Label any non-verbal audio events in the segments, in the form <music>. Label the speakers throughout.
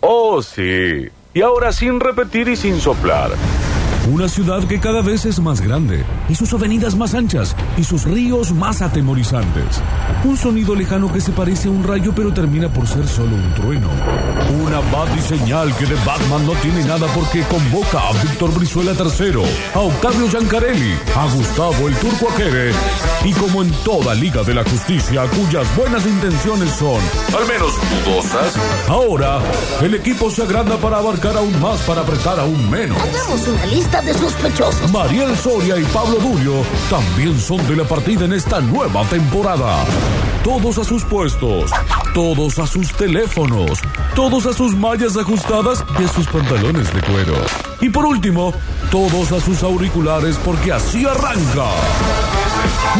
Speaker 1: Oh, sí. Y ahora sin repetir y sin soplar.
Speaker 2: Una ciudad que cada vez es más grande, y sus avenidas más anchas, y sus ríos más atemorizantes. Un sonido lejano que se parece a un rayo pero termina por ser solo un trueno. Una batiseñal que de Batman no tiene nada porque convoca a Víctor Brizuela III, a Octavio Giancarelli, a Gustavo el Turco Aquere, y como en toda Liga de la Justicia cuyas buenas intenciones son,
Speaker 1: Al menos dudosas.
Speaker 2: ahora el equipo se agranda para abarcar aún más para apretar aún menos.
Speaker 3: Hagamos una lista de sospechosos.
Speaker 2: Mariel Soria y Pablo Durio también son de la partida en esta nueva temporada. Todos a sus puestos, todos a sus teléfonos, todos a sus mallas ajustadas y a sus pantalones de cuero. Y por último, todos a sus auriculares porque así arranca.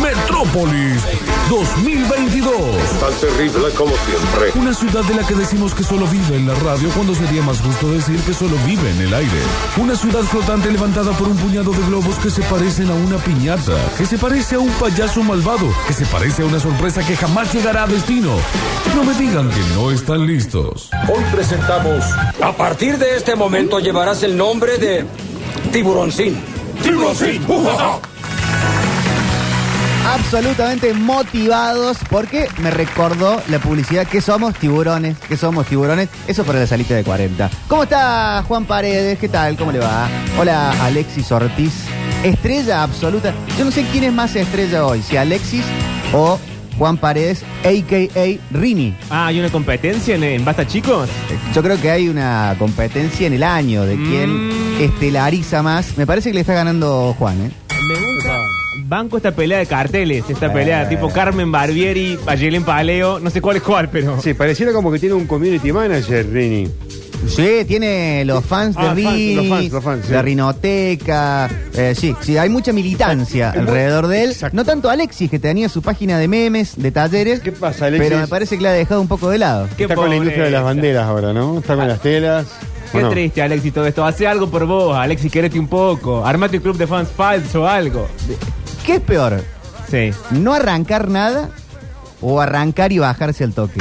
Speaker 2: Metrópolis 2022.
Speaker 4: Tan terrible como siempre.
Speaker 2: Una ciudad de la que decimos que solo vive en la radio cuando sería más justo decir que solo vive en el aire. Una ciudad flotante levantada por un puñado de globos que se parecen a una piñata, que se parece a un payaso malvado, que se parece a una sorpresa que jamás llegará a destino. No me digan que no están listos.
Speaker 5: Hoy presentamos. A partir de este momento llevarás el nombre de Tiburoncín. Tiburoncín.
Speaker 6: absolutamente motivados porque me recordó la publicidad que somos tiburones, que somos tiburones. Eso para la salita de 40. ¿Cómo está Juan Paredes? ¿Qué tal? ¿Cómo le va? Hola Alexis Ortiz. Estrella absoluta. Yo no sé quién es más estrella hoy, si Alexis o Juan Paredes, a.k.a. Rini.
Speaker 7: Ah, ¿hay una competencia en, en Basta Chicos?
Speaker 6: Yo creo que hay una competencia en el año de quién
Speaker 7: Mm.
Speaker 6: estelariza más. Me parece que le está ganando Juan, ¿eh?
Speaker 7: Me gusta. Banco esta pelea de carteles, esta pelea
Speaker 6: Eh.
Speaker 7: tipo Carmen Barbieri, Ayelen Paleo, no sé cuál es cuál, pero...
Speaker 8: Sí, pareciera como que tiene un community manager, Rini.
Speaker 6: Sí, tiene los fans de
Speaker 8: Ah, fans,
Speaker 6: Rini,
Speaker 8: los fans, los fans, sí.
Speaker 6: la Rinoteca. eh, sí, sí, hay mucha militancia alrededor de él.
Speaker 8: exacto.
Speaker 6: No tanto Alexis, que tenía su página de memes, de talleres.
Speaker 8: ¿Qué pasa, Alexis?
Speaker 6: Pero me parece que la ha dejado un poco de lado.
Speaker 7: Qué
Speaker 8: Está con la industria de las
Speaker 7: pobreza.
Speaker 8: banderas ahora, ¿no? Está con las telas. ¿o
Speaker 7: Qué
Speaker 8: no?
Speaker 7: triste, Alexis, todo esto. Hace algo por vos, Alexis, querete un poco. Armate un club de fans falso o algo.
Speaker 6: ¿Qué es peor?
Speaker 7: Sí.
Speaker 6: ¿No arrancar nada o arrancar y bajarse al toque?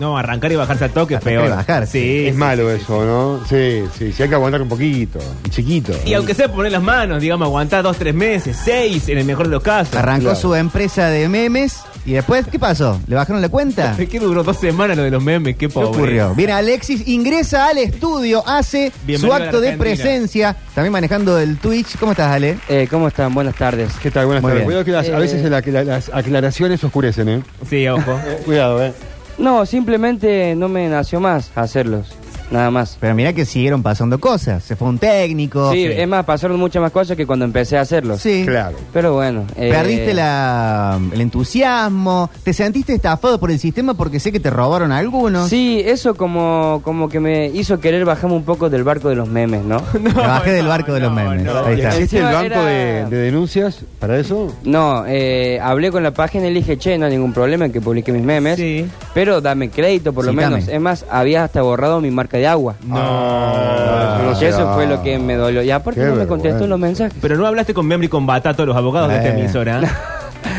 Speaker 7: No, arrancar y bajarse al toque es
Speaker 6: Arrancar y
Speaker 7: peor.
Speaker 6: bajarse.
Speaker 7: Sí.
Speaker 8: Es malo eso, ¿no? Sí, sí, sí, hay que aguantar un poquito. Chiquito.
Speaker 7: Y aunque sea poner las manos, digamos, aguantar dos, tres meses, seis, en el mejor de los casos.
Speaker 6: Arrancó
Speaker 8: claro.
Speaker 6: su empresa de memes y después, ¿qué pasó? ¿Le bajaron la cuenta?
Speaker 7: <laughs> ¿Qué duró dos semanas lo de los memes? Qué
Speaker 6: ¿Qué
Speaker 7: pobre.
Speaker 6: ocurrió? Viene Alexis, ingresa al estudio, hace
Speaker 7: Bienvenido
Speaker 6: su
Speaker 7: a la
Speaker 6: acto de
Speaker 7: Argentina.
Speaker 6: presencia, también manejando el Twitch. ¿Cómo estás, Ale?
Speaker 9: Eh, ¿Cómo están? Buenas tardes.
Speaker 8: ¿Qué tal? Buenas
Speaker 6: Muy
Speaker 8: tardes.
Speaker 6: bien.
Speaker 8: Cuidado que las- a veces
Speaker 9: Eh.
Speaker 8: la- la- las aclaraciones oscurecen, ¿eh?
Speaker 7: Sí, ojo.
Speaker 8: Cuidado, ¿eh?
Speaker 9: No, simplemente no me nació más hacerlos, nada más.
Speaker 6: Pero mirá que siguieron pasando cosas. Se fue un técnico. eh,
Speaker 9: Sí, es más, pasaron muchas más cosas que cuando empecé a hacerlos.
Speaker 6: Sí.
Speaker 8: Claro.
Speaker 9: Pero bueno. eh,
Speaker 6: Perdiste la, el entusiasmo. Te sentiste estafado por el sistema porque sé que te robaron algunos.
Speaker 9: Sí, eso como, como que me hizo querer bajarme un poco del barco de los memes,
Speaker 6: <laughs>
Speaker 9: ¿no?
Speaker 7: No,
Speaker 6: Me bajé del
Speaker 7: no,
Speaker 6: barco de los
Speaker 7: no,
Speaker 6: memes.
Speaker 7: no.
Speaker 6: Ahí está.
Speaker 8: ¿Existe el
Speaker 9: Encima
Speaker 8: banco de,
Speaker 9: era-
Speaker 8: de denuncias para eso?
Speaker 9: No, eh, hablé con la página y le dije, che, no hay ningún problema en que publique mis memes.
Speaker 7: Sí.
Speaker 9: Pero dame crédito por lo
Speaker 6: Sí, dame.
Speaker 9: menos. Es más, había hasta borrado mi marca de agua.
Speaker 8: No.
Speaker 9: Y Ah, eso fue lo que me dolió. Y aparte
Speaker 8: Qué
Speaker 9: no me contestó
Speaker 8: vergüenza.
Speaker 9: los mensajes.
Speaker 7: Pero no hablaste con Memri con Batato, los abogados de esta
Speaker 6: Eh.
Speaker 7: emisora.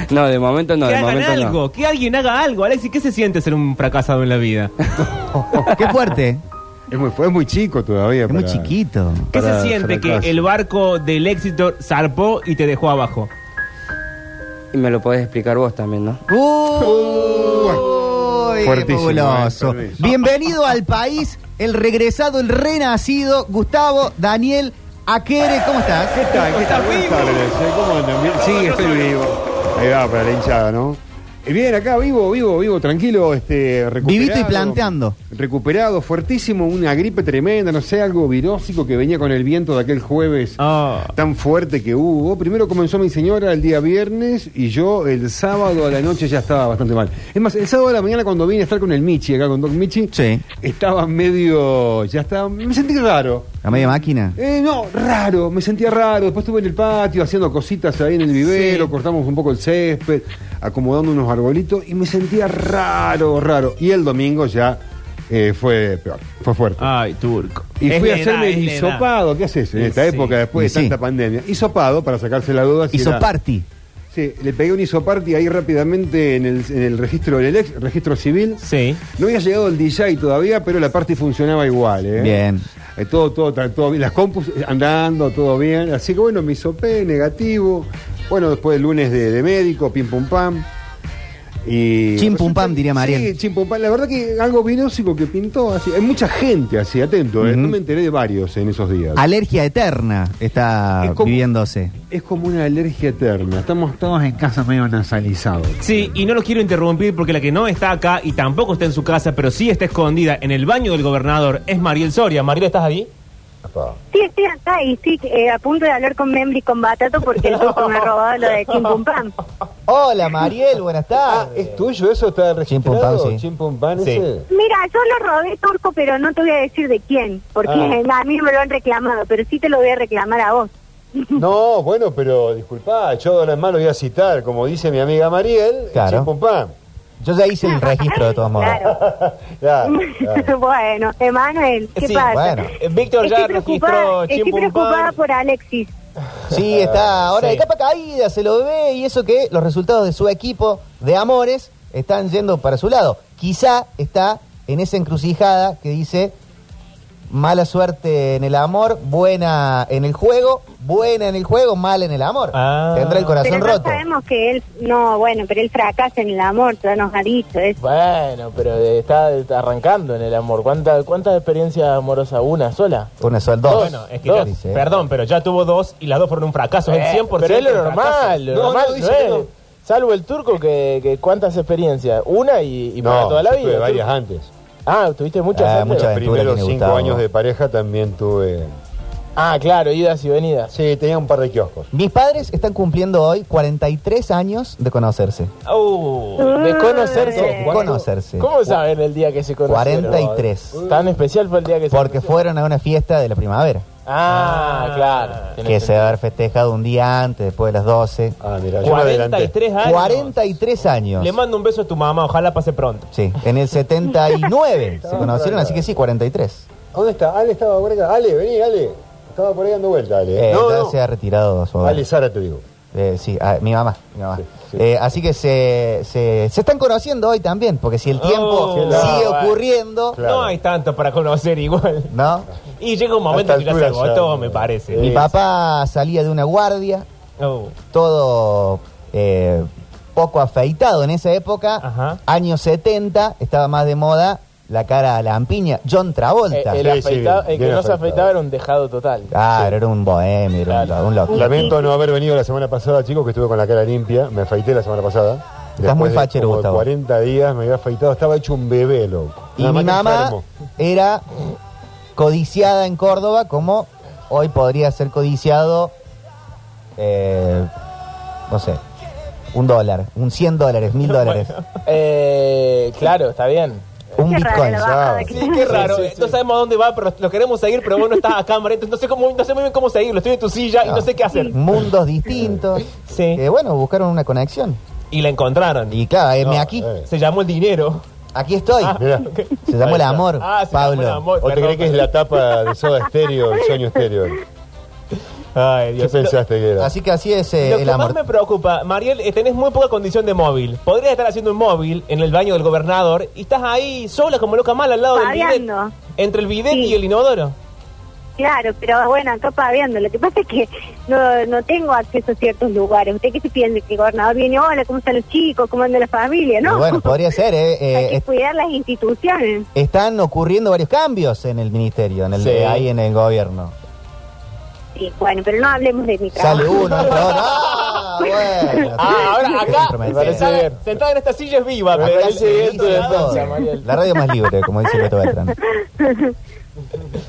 Speaker 9: No, de momento <laughs> no,
Speaker 7: que
Speaker 9: de
Speaker 7: hagan
Speaker 9: momento no.
Speaker 7: algo, que alguien haga algo. Alexis, ¿qué se siente ser un fracasado en la
Speaker 8: <laughs>
Speaker 7: vida?
Speaker 6: Qué fuerte.
Speaker 8: Es muy, fue muy chico todavía.
Speaker 6: es muy
Speaker 8: para-
Speaker 6: chiquito.
Speaker 7: ¿Qué
Speaker 8: Para
Speaker 7: se siente que
Speaker 8: fracaso.
Speaker 7: el barco del éxito zarpó y te dejó abajo?
Speaker 9: Y me lo podés explicar vos también, ¿no?
Speaker 6: ¡Uh! Uy,
Speaker 8: Fuertísimo,
Speaker 6: fabuloso.
Speaker 8: eh, permiso.
Speaker 6: Bienvenido al país, el regresado, el renacido, Gustavo Daniel Aquere. ¿Cómo estás?
Speaker 8: ¿Qué tal? ¿Qué tal? Buenas tardes, ¿eh? ¿Cómo andan? Bien. Sí, estoy vivo. Ahí va, para la hinchada, ¿no? Eh, Bien, acá vivo, vivo, vivo, tranquilo, este, recuperado.
Speaker 6: Vivito y planteando.
Speaker 8: Recuperado, fuertísimo, una gripe tremenda, no sé, algo virósico que venía con el viento de aquel jueves
Speaker 7: Oh.
Speaker 6: Ah.
Speaker 8: tan fuerte que hubo. Primero comenzó mi señora el día viernes y yo el sábado a la noche ya estaba bastante mal. Es más, el sábado a la mañana cuando vine a estar con el Michi, acá con Doc Michi,
Speaker 6: Sí.
Speaker 8: estaba medio, ya estaba, me sentí raro.
Speaker 6: A media máquina.
Speaker 8: Eh, no, raro, me sentía raro. Después estuve en el patio haciendo cositas ahí en el vivero, cortamos un poco el césped, acomodando unos arbolitos y me sentía raro, raro. Y el domingo ya eh, fue peor, fue fuerte.
Speaker 7: Ay, turco.
Speaker 8: Y
Speaker 7: Es
Speaker 8: fui a
Speaker 7: la edad,
Speaker 8: hacerme
Speaker 7: es
Speaker 8: el
Speaker 7: la edad.
Speaker 8: hisopado, ¿qué haces en esta
Speaker 7: Sí.
Speaker 8: época después
Speaker 6: Y sí.
Speaker 8: de tanta pandemia? Hisopado, para sacarse la duda. si
Speaker 6: Hizo
Speaker 8: era-
Speaker 6: party.
Speaker 8: Sí, Sí, le pegué un isoparte ahí rápidamente en el, en el registro del ex, registro civil.
Speaker 10: Sí.
Speaker 8: No había llegado el DJ todavía, pero la parte funcionaba igual, ¿eh?
Speaker 6: Bien.
Speaker 8: Eh, todo, todo, tra- todo bien. Las compus eh, andando, todo bien. Así que bueno, me isopé, negativo. Bueno, después el lunes de, de médico, pim pum pam. Y
Speaker 6: Chim, pum,
Speaker 8: resulta-
Speaker 6: pam, diría Mariel.
Speaker 8: Sí, chim pum pam. La verdad que algo vinósico que pintó así. Hay mucha gente así, atento, ¿eh? No me enteré de varios en esos días.
Speaker 6: Alergia eterna está
Speaker 8: Es como-
Speaker 6: viviéndose.
Speaker 8: es como una alergia eterna. Estamos todos en casa medio nasalizados.
Speaker 10: Sí, y no los quiero interrumpir porque la que no está acá y tampoco está en su casa, pero sí está escondida en el baño del gobernador es Mariel Soria. Mariel, ¿estás ahí?
Speaker 11: Sí, estoy acá y estoy eh, a punto de hablar con Membri y con Batato porque el toco me ha robado lo de Chim Pum Pam.
Speaker 6: <laughs> Hola, Mariel, buenas
Speaker 8: Ah, ¿es tuyo eso? ¿Está
Speaker 6: Chim, pum, pam,
Speaker 8: registrado?
Speaker 6: sí.
Speaker 8: Chim, pum, pam,
Speaker 10: Sí.
Speaker 8: ese.
Speaker 11: Mira, yo lo robé, Turco, pero no te voy a decir de quién, porque
Speaker 10: Ah.
Speaker 11: <laughs> a mí me lo han reclamado, pero sí te lo voy a reclamar a vos.
Speaker 8: No, bueno, pero disculpá, yo de las manos voy a citar, como dice mi amiga Mariel,
Speaker 6: Claro.
Speaker 8: Chim, pum, pam.
Speaker 6: Yo ya hice el registro de todos modos.
Speaker 10: <laughs>
Speaker 11: Claro.
Speaker 8: Ya, ya.
Speaker 11: <laughs> bueno, Emanuel, ¿qué
Speaker 10: Sí,
Speaker 11: pasa?
Speaker 6: bueno.
Speaker 10: Eh, Víctor
Speaker 11: Estoy
Speaker 10: ya
Speaker 11: preocupada,
Speaker 10: registró
Speaker 11: estoy
Speaker 10: Chim Pum
Speaker 11: preocupada
Speaker 10: Pam.
Speaker 11: eh, por Alexis.
Speaker 6: Sí, está ahora
Speaker 10: Sí.
Speaker 6: de capa caída, se lo ve y eso que los resultados de su equipo de amores están yendo para su lado. Quizá está en esa encrucijada que dice mala suerte en el amor, buena en el juego, buena en el juego, mal en el amor.
Speaker 10: Ah.
Speaker 6: Tendrá el corazón
Speaker 11: Pero no
Speaker 6: roto.
Speaker 11: sabemos que él, no, bueno, pero él fracasa en el amor, ya nos ha dicho eso.
Speaker 12: Bueno, pero está arrancando en el amor. ¿Cuántas cuántas experiencias amorosas? ¿Una sola?
Speaker 6: Una sola, dos.
Speaker 10: Bueno, es que ya-
Speaker 6: dice.
Speaker 10: perdón, pero ya tuvo dos y las dos fueron un fracaso. Es el 100%
Speaker 12: Eh, pero es lo
Speaker 10: un fracaso.
Speaker 12: normal, lo
Speaker 8: No,
Speaker 12: normal
Speaker 8: no,
Speaker 12: no,
Speaker 8: dice
Speaker 12: es.
Speaker 8: que no.
Speaker 12: Salvo el turco, que, que ¿cuántas experiencias? Una y, y para
Speaker 13: No,
Speaker 12: toda la
Speaker 13: yo
Speaker 12: vida.
Speaker 13: tuve
Speaker 12: turco.
Speaker 13: varias antes.
Speaker 12: Ah, tuviste muchas
Speaker 6: Ah,
Speaker 12: antes?
Speaker 6: muchas.
Speaker 13: Los
Speaker 6: aventura
Speaker 13: primeros
Speaker 6: tiene
Speaker 13: cinco
Speaker 6: Gustavo.
Speaker 13: años de pareja también tuve.
Speaker 12: Ah, claro, idas y venidas.
Speaker 13: Sí, tenía un par de kioscos.
Speaker 6: Mis padres están cumpliendo hoy 43 años de conocerse.
Speaker 10: Uh,
Speaker 12: Desconocerse.
Speaker 6: De conocerse.
Speaker 12: ¿Cómo saben el día que se conocieron?
Speaker 6: 43.
Speaker 12: Tan especial fue el día que se
Speaker 6: Porque
Speaker 12: conocieron.
Speaker 6: fueron a una fiesta de la primavera,
Speaker 12: Ah, claro. tiene
Speaker 6: que
Speaker 10: este
Speaker 6: se
Speaker 12: sentido.
Speaker 6: debe haber festejado un día antes, después de las 12.
Speaker 13: Ah, mira, yo me adelanté.
Speaker 10: 43 años. Oh,
Speaker 6: 43 años.
Speaker 10: Le mando un beso a tu mamá, ojalá pase pronto.
Speaker 6: Sí, en el
Speaker 13: <laughs>
Speaker 6: 79 se conocieron, así que sí, 43.
Speaker 13: ¿Dónde está? Ale estaba por acá. Ale, vení, Ale. Estaba por ahí dando vuelta, Ale.
Speaker 6: Eh,
Speaker 13: no,
Speaker 6: ya
Speaker 13: no.
Speaker 6: se ha retirado su
Speaker 13: Ale Sara te digo.
Speaker 6: Eh, sí, ah, mi mamá. mi mamá.
Speaker 13: Sí, sí.
Speaker 6: Eh, así que se, se, se están conociendo hoy también, porque si el tiempo
Speaker 13: Oh,
Speaker 10: claro.
Speaker 6: sigue
Speaker 12: Bueno.
Speaker 6: ocurriendo,
Speaker 13: Claro.
Speaker 10: No hay tanto para conocer igual.
Speaker 6: ¿no?
Speaker 10: Y llega un
Speaker 13: A
Speaker 10: momento
Speaker 13: esta
Speaker 10: que ya se
Speaker 13: altura ya,
Speaker 10: agotó,
Speaker 13: ¿no?
Speaker 10: me parece.
Speaker 6: Mi
Speaker 13: Sí.
Speaker 6: papá salía de una guardia,
Speaker 10: Oh.
Speaker 6: todo eh, poco afeitado en esa época,
Speaker 10: Ajá.
Speaker 6: años 70, estaba más de moda la cara a la ampiña, John
Speaker 12: Eh,
Speaker 6: Travolta.
Speaker 12: el,
Speaker 13: Sí, sí,
Speaker 12: afeitado- el
Speaker 13: bien,
Speaker 12: que
Speaker 13: bien
Speaker 12: no se
Speaker 13: afeitado.
Speaker 12: afeitaba era un dejado total.
Speaker 6: Claro, era un bohemio, era un, lo- un loco.
Speaker 13: Lamento no haber venido la semana pasada, chicos, que estuve con la cara limpia. Me afeité la semana pasada.
Speaker 6: Estás muy
Speaker 13: Después de
Speaker 6: fachero,
Speaker 13: como
Speaker 6: Gustavo.
Speaker 13: 40 días me había afeitado. Estaba hecho un bebé, loco.
Speaker 6: Y
Speaker 13: Nada
Speaker 6: mi
Speaker 13: más que
Speaker 6: mamá
Speaker 13: enfermo.
Speaker 6: era codiciada en Córdoba como hoy podría ser codiciado, eh, no sé, un dólar, un 100 dólares, mil dólares,
Speaker 12: Eh, claro, está bien.
Speaker 6: un
Speaker 11: Qué rara
Speaker 6: bitcoin.
Speaker 11: la bajada que- <laughs>
Speaker 10: Sí, qué
Speaker 6: eh.
Speaker 10: raro.
Speaker 12: Sí, sí, sí.
Speaker 10: No sabemos a dónde va, pero lo queremos seguir, pero vos no estás acá, María. Entonces no sé, cómo, no sé muy bien cómo seguirlo. Estoy en tu silla y no sé qué hacer.
Speaker 6: Mundos distintos.
Speaker 10: Sí.
Speaker 6: Que, bueno, buscaron una conexión.
Speaker 10: Y la encontraron.
Speaker 6: Y claro, eh, me- aquí,
Speaker 13: eh.
Speaker 10: Se llamó el dinero.
Speaker 6: aquí estoy.
Speaker 13: Mirá.
Speaker 6: Se llamó el amor,
Speaker 10: Ah, se
Speaker 6: Pablo.
Speaker 10: llamó el amor.
Speaker 13: ¿O te
Speaker 10: Perdón,
Speaker 13: crees que es la tapa de soda estéreo, el sueño estéreo?
Speaker 10: Ay,
Speaker 13: ¿Qué
Speaker 10: Dios.
Speaker 13: pensaste que era?
Speaker 6: Así que así es eh,
Speaker 10: Lo
Speaker 6: el
Speaker 10: que más
Speaker 6: amor.
Speaker 10: me preocupa, Mariel, eh, tenés muy poca condición de móvil. Podrías estar haciendo un móvil en el baño del gobernador y estás ahí sola como loca mal al lado del bidet.
Speaker 11: Padeando.
Speaker 10: Entre el bidet
Speaker 11: Sí.
Speaker 10: y el inodoro.
Speaker 11: Claro, pero bueno, acá paviando. Lo que pasa es que no, no tengo acceso a ciertos lugares. ¿Usted qué se piensa? Que el gobernador viene, hola, ¿cómo están los chicos? ¿Cómo anda la familia?
Speaker 6: Y
Speaker 11: No,
Speaker 6: bueno, podría ser, eh, eh,
Speaker 11: hay que
Speaker 6: est-
Speaker 11: cuidar las instituciones.
Speaker 6: están ocurriendo varios cambios en el ministerio, en el
Speaker 12: Sí.
Speaker 6: ahí en el gobierno.
Speaker 11: Sí, bueno, pero no hablemos de mi trabajo.
Speaker 6: Sale uno, entra otro.
Speaker 11: <laughs>
Speaker 6: Ah, bueno.
Speaker 10: Ah, ahora
Speaker 6: Me
Speaker 10: acá,
Speaker 6: parece
Speaker 10: sentada,
Speaker 12: bien.
Speaker 10: sentada en esta silla es viva,
Speaker 12: Me
Speaker 10: pero
Speaker 12: parece bien.
Speaker 6: Listo de todo. La radio más libre, como dice Beto Beltrán.
Speaker 11: <laughs>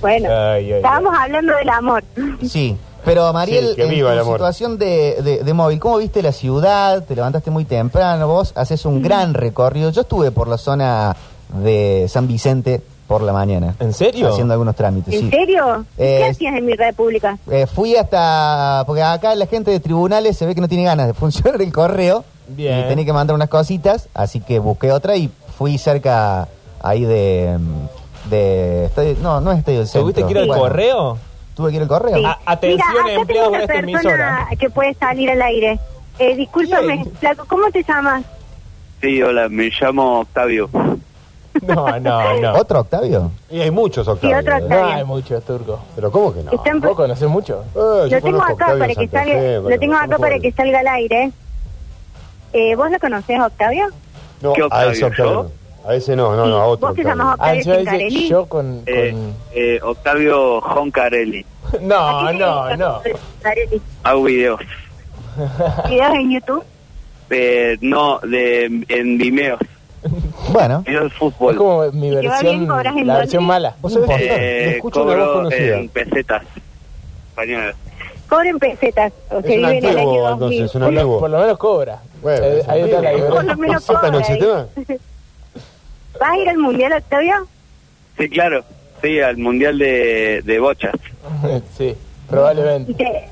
Speaker 11: Bueno,
Speaker 10: Ay, ay, ay.
Speaker 11: estábamos hablando del amor.
Speaker 6: Sí. Pero Mariel,
Speaker 13: Sí, que
Speaker 6: en
Speaker 13: viva
Speaker 6: tu
Speaker 13: el amor.
Speaker 6: situación de, de- de móvil, ¿cómo viste la ciudad? Te levantaste muy temprano, vos haces un gran recorrido. Yo estuve por la zona de San Vicente por la mañana.
Speaker 10: ¿En serio?
Speaker 6: Haciendo algunos trámites,
Speaker 11: ¿En
Speaker 6: sí.
Speaker 11: serio?
Speaker 6: Eh,
Speaker 11: ¿Qué hacías en mi república?
Speaker 6: Eh, fui hasta. Porque acá la gente de tribunales se ve que no tiene ganas de <laughs> funcionar el correo.
Speaker 10: Bien.
Speaker 6: Y tenía que mandar unas cositas, así que busqué otra y fui cerca ahí de. mm, de estadio- no, no es Estadio del Centro.
Speaker 10: ¿Tuviste que ir al
Speaker 6: Bueno,
Speaker 10: correo?
Speaker 6: Tuve que ir al correo.
Speaker 11: Sí.
Speaker 10: A- atención,
Speaker 11: Mira, acá
Speaker 10: empleados
Speaker 11: tengo
Speaker 10: de
Speaker 11: una
Speaker 10: esta
Speaker 11: persona
Speaker 10: emisora.
Speaker 11: que puede salir al aire. Eh, discúlpame, Flaco, ¿cómo te llamas?
Speaker 14: Sí, hola, me llamo Octavio.
Speaker 12: No,
Speaker 14: <laughs>
Speaker 12: no, no.
Speaker 4: ¿Otro Octavio?
Speaker 12: Y hay muchos
Speaker 11: Sí, otro Octavio.
Speaker 12: hay muchos turcos.
Speaker 4: ¿Pero cómo que no? Eh,
Speaker 11: Está en-
Speaker 12: ¿Vos conocés mucho?
Speaker 11: lo tengo acá para que salga, lo tengo acá para que salga al aire. Eh, ¿Vos lo conocés, Octavio?
Speaker 4: No,
Speaker 14: ¿Qué
Speaker 4: a
Speaker 14: Octavio,
Speaker 4: ese Octavio.
Speaker 14: yo?
Speaker 4: no. A ese no, no, no, a otro.
Speaker 11: ¿Vos te
Speaker 4: Octavio. Ah,
Speaker 11: llamás Octavio Cincarelli?
Speaker 12: con...
Speaker 14: Eh, eh, Octavio Joncarelli.
Speaker 12: No, no,
Speaker 4: <laughs>
Speaker 12: no.
Speaker 11: Cincarelli.
Speaker 14: Hago videos.
Speaker 11: <laughs> ¿Videos en YouTube?
Speaker 14: Eh, no, de, en
Speaker 4: <laughs>
Speaker 14: Vimeo.
Speaker 6: Bueno.
Speaker 14: Videos de fútbol.
Speaker 12: como mi
Speaker 11: te va bien, cobras en dólares.
Speaker 12: mala.
Speaker 8: ¿Vos sabés que
Speaker 14: Eh,
Speaker 8: no escucho una voz
Speaker 14: cobro
Speaker 8: conocida?
Speaker 14: en pesetas españolas.
Speaker 11: Cobren pesetas, o sea,
Speaker 4: Es un
Speaker 11: viven en el año
Speaker 4: antiguo,
Speaker 11: 2000.
Speaker 4: entonces, un antiguo.
Speaker 12: lo menos cobra.
Speaker 4: Bueno,
Speaker 12: Eh,
Speaker 4: es
Speaker 12: ahí está la
Speaker 4: antiguo.
Speaker 11: Por lo menos
Speaker 4: ¿Sepa, no
Speaker 11: cobra,
Speaker 4: existe más?
Speaker 11: ¿eh? ¿Vas a ir al Mundial, Octavio?
Speaker 14: Sí, claro. Sí, al Mundial de, de Bochas.
Speaker 12: sí, <laughs> probablemente.
Speaker 11: Dice-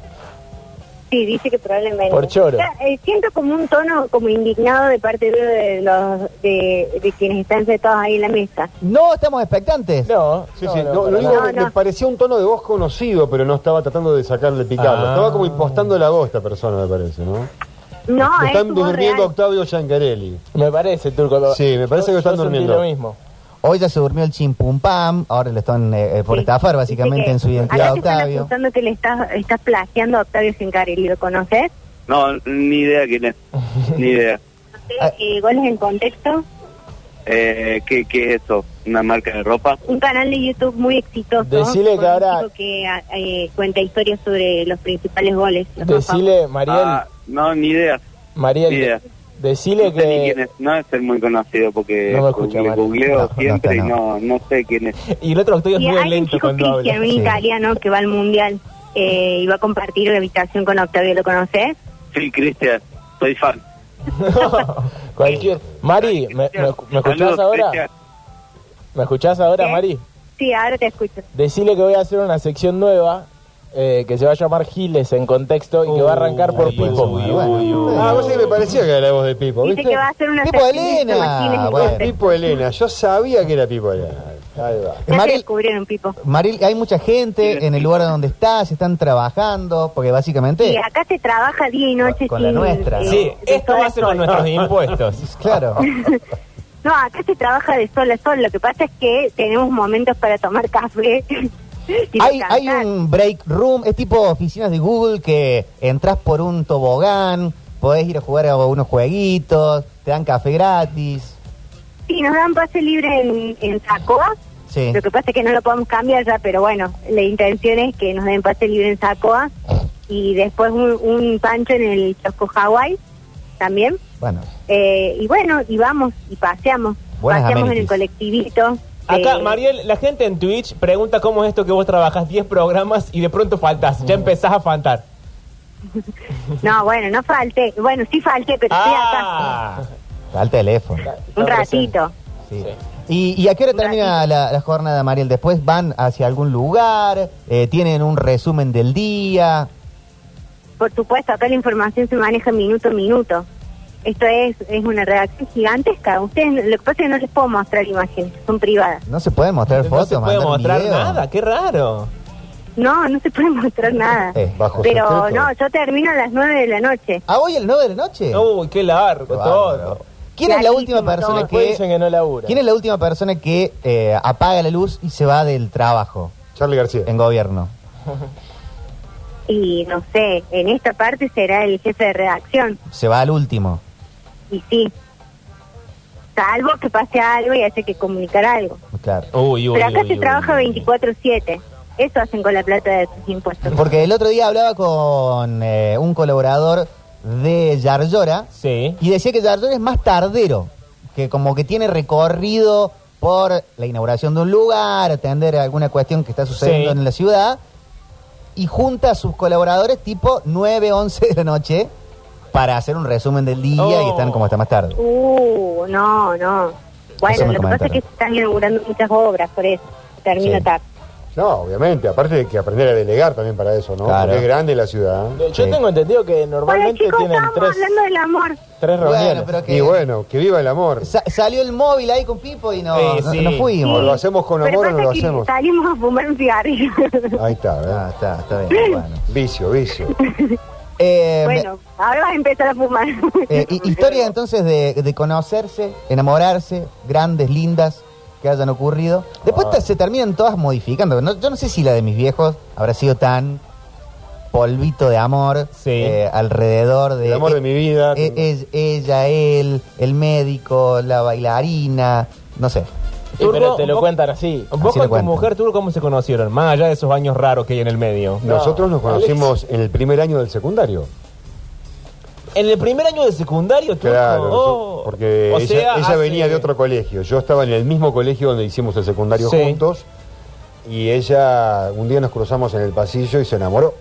Speaker 11: Sí, dice que probablemente.
Speaker 12: Por choro.
Speaker 11: Ya, eh, siento como un tono como indignado de parte de, de los de, de quienes están sentados ahí en la mesa.
Speaker 6: No estamos expectantes.
Speaker 12: No,
Speaker 4: Sí, sí, no, lo único
Speaker 11: no,
Speaker 4: que
Speaker 11: no.
Speaker 4: me parecía un tono de voz conocido, pero no estaba tratando de sacarle picarlo.
Speaker 12: Ah.
Speaker 4: Estaba como impostando la voz esta persona, me parece, ¿no?
Speaker 11: No,
Speaker 4: Lo
Speaker 11: Ah, es
Speaker 4: están
Speaker 11: como
Speaker 4: durmiendo
Speaker 11: real.
Speaker 4: Octavio Giancarelli.
Speaker 12: Me parece, Turco.
Speaker 4: Sí, me parece que están durmiendo.
Speaker 12: mismo.
Speaker 6: Hoy ya se durmió el chimpum pam, ahora le están eh, eh, por
Speaker 11: Sí.
Speaker 6: estafar
Speaker 11: Dice
Speaker 6: básicamente
Speaker 11: que
Speaker 6: en su identidad a
Speaker 11: acá te Están
Speaker 6: Octavio.
Speaker 11: acusando que le estás, estás plagiando a Octavio Sincarelli, ¿lo conoces?
Speaker 14: No, ni idea quién es. Ni idea.
Speaker 6: Ah.
Speaker 11: Eh, ¿Cuál es el contexto?
Speaker 14: Eh, ¿qué, ¿Qué es eso? ¿Una marca de ropa?
Speaker 11: Un canal de YouTube muy exitoso.
Speaker 12: Decile que
Speaker 11: con un
Speaker 12: ahora-
Speaker 11: chico que ah, eh, cuenta historias sobre los principales goles. los más
Speaker 12: Decile, Mariel,
Speaker 14: Ah, no, ni idea.
Speaker 12: Mariel,
Speaker 14: ni idea.
Speaker 12: decile
Speaker 14: no sé ni quién
Speaker 12: que...
Speaker 14: es. No es ser muy conocido porque
Speaker 12: No me escucha,
Speaker 14: le
Speaker 12: Mario.
Speaker 14: googleo
Speaker 6: No, no,
Speaker 14: siempre
Speaker 6: está, no.
Speaker 14: y no, no sé quién es.
Speaker 12: Y el otro Octavio
Speaker 11: Y hay un chico Cristian, un
Speaker 6: Sí.
Speaker 11: italiano que va al mundial eh, y va a compartir la habitación con Octavio, ¿lo conoces?
Speaker 14: Sí, Cristian, soy
Speaker 12: <laughs>
Speaker 14: fan.
Speaker 12: Cualquier... Mari, ¿me, me, me escuchás
Speaker 14: Saludos,
Speaker 12: ahora?
Speaker 14: Cristian.
Speaker 12: ¿Me escuchás ahora,
Speaker 11: ¿Qué?
Speaker 12: Mari?
Speaker 11: Sí, ahora te escucho.
Speaker 12: Decile que voy a hacer una sección nueva eh, que se va a llamar Giles en contexto y que va a arrancar por
Speaker 4: Ahí puede
Speaker 12: Pipo.
Speaker 4: ser, bueno. Ah, vos que me parecía que era la voz de Pipo,
Speaker 11: Dice
Speaker 4: ¿viste?
Speaker 11: que va a hacer una
Speaker 6: Tipo
Speaker 11: sección de
Speaker 6: Elena,
Speaker 11: informativos en
Speaker 6: Ah, bueno.
Speaker 4: Es
Speaker 11: contexto.
Speaker 4: Pipo Elena, yo sabía que era Pipo Elena. Ahí va.
Speaker 11: Ya te
Speaker 6: Mariel-
Speaker 11: descubrieron, Pipo.
Speaker 6: Maril, hay mucha gente en el lugar donde estás, están trabajando, porque
Speaker 11: Y
Speaker 6: básicamente,
Speaker 11: acá se trabaja día y noche.
Speaker 6: Con la
Speaker 11: sin, eh,
Speaker 6: nuestra, ¿no?
Speaker 11: de sol a sol.
Speaker 12: impuestos.
Speaker 6: <laughs> claro,
Speaker 11: <laughs> No, acá se trabaja de sol a sol. Lo que pasa es que tenemos momentos para tomar café. <laughs> y
Speaker 6: hay,
Speaker 11: descansar.
Speaker 6: hay un break room, es tipo oficinas de Google que entras por un tobogán, podés ir a jugar a unos jueguitos, te dan café gratis.
Speaker 11: Sí, nos dan pase libre en, en Sacoa.
Speaker 6: Sí.
Speaker 11: Lo que pasa es que no lo podemos cambiar ya, pero bueno, la intención es que nos den pase libre en Sacoa y después un, un pancho en el Chosco Hawaii también.
Speaker 6: Bueno,
Speaker 11: Eh, y bueno, y vamos y paseamos.
Speaker 6: Buenas
Speaker 11: paseamos en el
Speaker 6: amenities.
Speaker 11: colectivito.
Speaker 12: Acá,
Speaker 11: Eh,
Speaker 12: Mariel, la gente en Twitch pregunta cómo es esto que vos trabajás 10 programas y de pronto faltás.
Speaker 6: Mm.
Speaker 12: Ya empezás a faltar.
Speaker 11: No, bueno, no falté. Bueno, sí falté, pero estoy acá.
Speaker 12: ¡Ah!
Speaker 6: al teléfono.
Speaker 11: Un ratito.
Speaker 6: Sí. ¿Y, y a qué hora termina la, la jornada, Mariel? ¿Después van hacia algún lugar? Eh, ¿Tienen un resumen del día?
Speaker 11: Por supuesto, acá la información se maneja minuto a minuto. Esto es, es una redacción gigantesca. Ustedes, lo que pasa es que no les puedo mostrar imágenes, son privadas.
Speaker 6: ¿No se pueden mostrar
Speaker 12: No
Speaker 6: fotos?
Speaker 12: se puede
Speaker 6: mandar
Speaker 12: mostrar
Speaker 6: video?
Speaker 12: nada, qué raro.
Speaker 11: No, no se puede <laughs> mostrar nada.
Speaker 6: Eh,
Speaker 4: bajo
Speaker 11: Pero
Speaker 4: secreto.
Speaker 11: no, yo termino a las 9 de la noche.
Speaker 6: ¿Ah, hoy el 9 de la noche?
Speaker 12: Uy, qué largo
Speaker 6: Qué bárbaro.
Speaker 12: todo.
Speaker 6: ¿Quién es la
Speaker 11: Clarísimo
Speaker 6: última
Speaker 11: todo.
Speaker 6: persona
Speaker 12: Después dicen
Speaker 6: que...
Speaker 12: que no labura.
Speaker 6: ¿Quién es la última persona que eh, apaga la luz y se va del trabajo
Speaker 4: Charlie García.
Speaker 6: en gobierno?
Speaker 11: Y no sé, en esta parte será el jefe de redacción.
Speaker 6: Se va al último.
Speaker 11: Y sí. Salvo que pase algo y haya que comunicar algo.
Speaker 6: Claro.
Speaker 12: Uy, uy,
Speaker 11: Pero acá
Speaker 12: uy,
Speaker 11: se
Speaker 12: uy,
Speaker 11: trabaja
Speaker 12: uy.
Speaker 11: 24-7. Eso hacen con la plata de sus impuestos.
Speaker 6: Porque el otro día hablaba con eh, un colaborador de Yarlora
Speaker 12: Sí.
Speaker 6: Y decía que Yardón es más tardero, que como que tiene recorrido por la inauguración de un lugar, atender alguna cuestión que está sucediendo
Speaker 12: Sí.
Speaker 6: en la ciudad, y junta a sus colaboradores tipo 9, 11 de la noche para hacer un resumen del día
Speaker 12: Oh.
Speaker 6: y están como hasta más tarde.
Speaker 11: Uh, no, no.
Speaker 6: Eso
Speaker 11: Bueno,
Speaker 6: me
Speaker 11: lo que pasa es que
Speaker 6: comentaron.
Speaker 11: se están inaugurando muchas obras, por eso termina
Speaker 6: Sí.
Speaker 11: tarde.
Speaker 4: No, obviamente, aparte de que aprender a delegar también para eso, ¿no?
Speaker 6: Claro.
Speaker 4: Porque es grande la ciudad. ¿eh?
Speaker 12: Yo tengo entendido que
Speaker 11: Bueno,
Speaker 12: normalmente
Speaker 11: chicos,
Speaker 12: tienen
Speaker 11: estábamos
Speaker 12: tres,
Speaker 11: hablando del amor.
Speaker 12: tres reuniones.
Speaker 6: Bueno, pero que
Speaker 4: Y bueno, que viva el amor.
Speaker 6: sa- salió el móvil ahí con Pipo y no,
Speaker 12: Sí,
Speaker 6: no-
Speaker 12: sí.
Speaker 6: no fuimos.
Speaker 4: O lo hacemos con
Speaker 11: Pero
Speaker 4: amor o no
Speaker 11: pasa
Speaker 4: lo
Speaker 11: que
Speaker 4: hacemos.
Speaker 11: Salimos a fumar un cigarrillo.
Speaker 4: Ahí está, ¿verdad?
Speaker 6: Ah, está, está bien. Bueno.
Speaker 4: Vicio, vicio.
Speaker 6: Eh,
Speaker 11: bueno, ahora vas a empezar a fumar.
Speaker 6: <laughs> eh,
Speaker 11: <laughs>
Speaker 6: hi- historia entonces de, de conocerse, enamorarse, grandes, lindas, que hayan ocurrido.
Speaker 4: Ah.
Speaker 6: Después te- se terminan todas modificando. No- yo no sé si la de mis viejos habrá sido tan polvito de amor eh, alrededor de...
Speaker 4: El amor de mi vida.
Speaker 6: eh, es- ella, él, el médico, la bailarina, no sé.
Speaker 12: Eh, pero
Speaker 7: Turco,
Speaker 12: te lo
Speaker 7: vos-
Speaker 12: cuentan así.
Speaker 7: ¿Vos
Speaker 6: Así lo
Speaker 7: con tu
Speaker 6: cuentan.
Speaker 7: mujer, Turco, cómo se conocieron? Más allá de esos años raros que hay en el medio.
Speaker 4: Nosotros nos conocimos en el primer año del secundario.
Speaker 7: En el primer año de secundario, Turco.
Speaker 4: Claro,
Speaker 7: Oh.
Speaker 4: nosotros- porque
Speaker 7: O
Speaker 4: Eh, ella,
Speaker 7: sea,
Speaker 4: ella
Speaker 7: hace-
Speaker 4: venía de otro colegio. Yo estaba en el mismo colegio donde hicimos el secundario
Speaker 7: Sí.
Speaker 4: juntos. Y ella, un día nos cruzamos en el pasillo y se enamoró.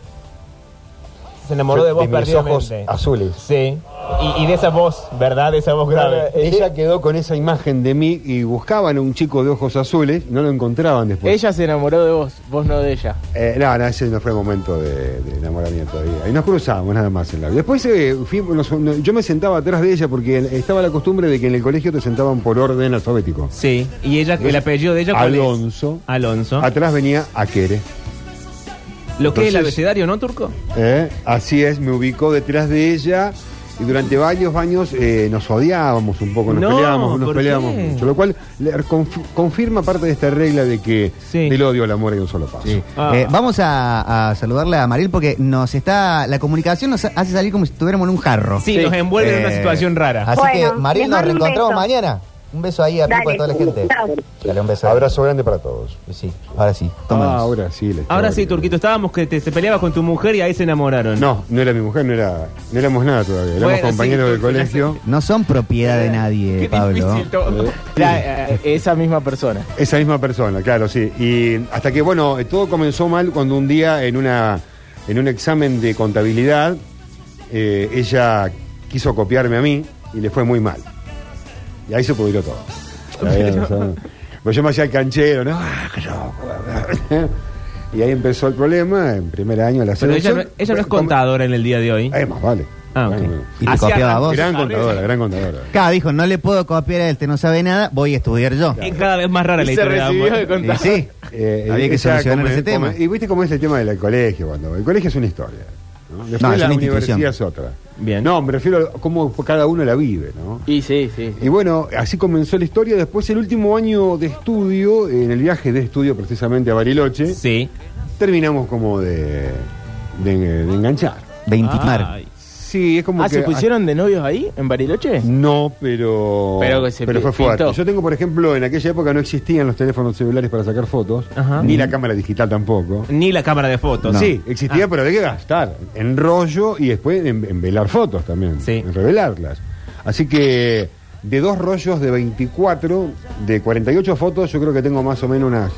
Speaker 7: Se enamoró de vos
Speaker 4: mis ojos
Speaker 7: perdidamente.
Speaker 4: azules.
Speaker 7: Sí. Y, y de esa voz, ¿verdad? De esa voz grave.
Speaker 8: Ella quedó con esa imagen de mí y buscaban a un chico de ojos azules y no lo encontraban después.
Speaker 12: Ella se enamoró de vos, vos no de ella.
Speaker 8: Eh, no, no, ese no fue el momento de, de enamoramiento todavía. Y nos cruzamos nada más en la vida. Después eh, fui- nos- no, yo me sentaba atrás de ella porque estaba la costumbre de que en el colegio te sentaban por orden alfabético.
Speaker 10: Sí, y ella, el apellido de ella cuál es?
Speaker 8: Alonso.
Speaker 10: Alonso.
Speaker 8: Atrás venía Aquere.
Speaker 10: Lo que es el
Speaker 8: Entonces-
Speaker 10: abecedario, ¿no, Turco?
Speaker 8: ¿Eh? Así es, me ubicó detrás de ella y durante varios años eh, nos odiábamos un poco, nos
Speaker 10: No,
Speaker 8: peleábamos, nos
Speaker 10: ¿por
Speaker 8: peleábamos
Speaker 10: qué?
Speaker 8: mucho. Lo cual le conf- confirma parte de esta regla de que del odio al amor hay un solo paso.
Speaker 10: Ah.
Speaker 6: Eh, vamos a, a saludarle a Maril porque nos está la comunicación nos hace salir como si estuviéramos en un jarro. Eh,
Speaker 10: Sí, nos envuelve en una situación rara.
Speaker 6: Así
Speaker 10: Bueno,
Speaker 6: que Maril
Speaker 10: les
Speaker 6: nos
Speaker 10: mando un
Speaker 6: reencontramos
Speaker 10: beso.
Speaker 6: mañana. Un beso ahí a Pipo y a toda la gente. Dale un beso.
Speaker 4: Abrazo grande para todos.
Speaker 6: Sí, ahora sí.
Speaker 8: Ah, ahora sí. la
Speaker 10: Ahora sí, Turquito, estábamos que te, te peleabas con tu mujer y ahí se enamoraron.
Speaker 8: No, no era mi mujer, no, era, no éramos nada todavía. Éramos
Speaker 10: Bueno, sí,
Speaker 8: compañeros del
Speaker 10: Turco, ya sé.
Speaker 8: colegio.
Speaker 6: No son propiedad de nadie, Pablo.
Speaker 12: La- eh, esa misma persona.
Speaker 8: Esa misma persona, claro, sí. Y hasta que, bueno, eh, todo comenzó mal cuando un día en, una, en un examen de contabilidad, eh, ella quiso copiarme a mí y le fue muy mal. Y ahí se pudrió todo. <laughs>
Speaker 10: Pero-
Speaker 8: O sea, pues yo me hacía el canchero, ¿no? Ah, <laughs> y ahí empezó el problema, en primer año de la
Speaker 10: Pero ella,
Speaker 8: selección.
Speaker 10: no, ella no es contadora en el día de hoy.
Speaker 8: Es más, vale.
Speaker 10: Ah, ok.
Speaker 6: Y te
Speaker 10: Hacía-
Speaker 6: copiaba a vos.
Speaker 8: Gran contadora, gran contadora.
Speaker 6: Claro, dijo, no le puedo copiar a él, te no sabe nada, voy a estudiar yo.
Speaker 10: Es cada vez más rara la historia de amor.
Speaker 6: Y
Speaker 8: <laughs>
Speaker 6: sí,
Speaker 8: Eh,
Speaker 6: había que
Speaker 8: ella
Speaker 6: solucionar
Speaker 8: come-
Speaker 6: ese tema.
Speaker 8: come- Y viste cómo es el tema del colegio, cuando el colegio es una historia. ¿no? Después
Speaker 6: No, es
Speaker 8: la
Speaker 6: una institución.
Speaker 8: universidad es otra. Bien. No, me refiero a cómo cada uno la vive, ¿no?
Speaker 12: Y sí, sí.
Speaker 8: Y bueno, así comenzó la historia. Después, el último año de estudio, en el viaje de estudio precisamente a Bariloche,
Speaker 10: sí.
Speaker 8: terminamos como de, de, de enganchar.
Speaker 6: De
Speaker 12: intimar.
Speaker 8: Sí, es como
Speaker 12: ah,
Speaker 8: que-
Speaker 12: ¿se pusieron de novios ahí, en Bariloche?
Speaker 8: No, pero.
Speaker 12: Pero que se
Speaker 8: fue
Speaker 12: pintó.
Speaker 8: fuerte. Yo tengo, por ejemplo, en aquella época no existían los teléfonos celulares para sacar fotos,
Speaker 10: Ajá.
Speaker 8: ni la cámara digital tampoco.
Speaker 10: Ni la cámara de fotos.
Speaker 8: Sí, existía, pero había que gastar en rollo y después en, en velar fotos también, en revelarlas. Así que de dos rollos de 24, de 48 fotos, yo creo que tengo más o menos unas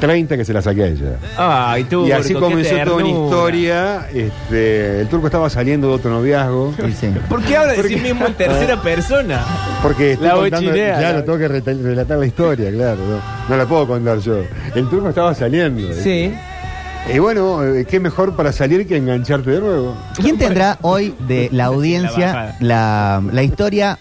Speaker 8: 30 que se las saqué a ella.
Speaker 10: Ay, tú.
Speaker 8: y así comenzó toda una historia. Este, el turco estaba saliendo de otro noviazgo.
Speaker 10: ¿Por qué habla de sí mismo en
Speaker 8: <laughs>
Speaker 10: tercera persona?
Speaker 8: Porque estoy
Speaker 10: La
Speaker 8: contando-
Speaker 10: bochinea,
Speaker 8: claro,
Speaker 10: la-
Speaker 8: tengo que reta- relatar la historia, claro. No, no la puedo contar yo. El turco estaba saliendo.
Speaker 10: Sí.
Speaker 8: Y bueno, eh, qué mejor para salir que engancharte de nuevo.
Speaker 6: ¿Quién tendrá hoy
Speaker 8: <laughs>
Speaker 6: de la audiencia la, la historia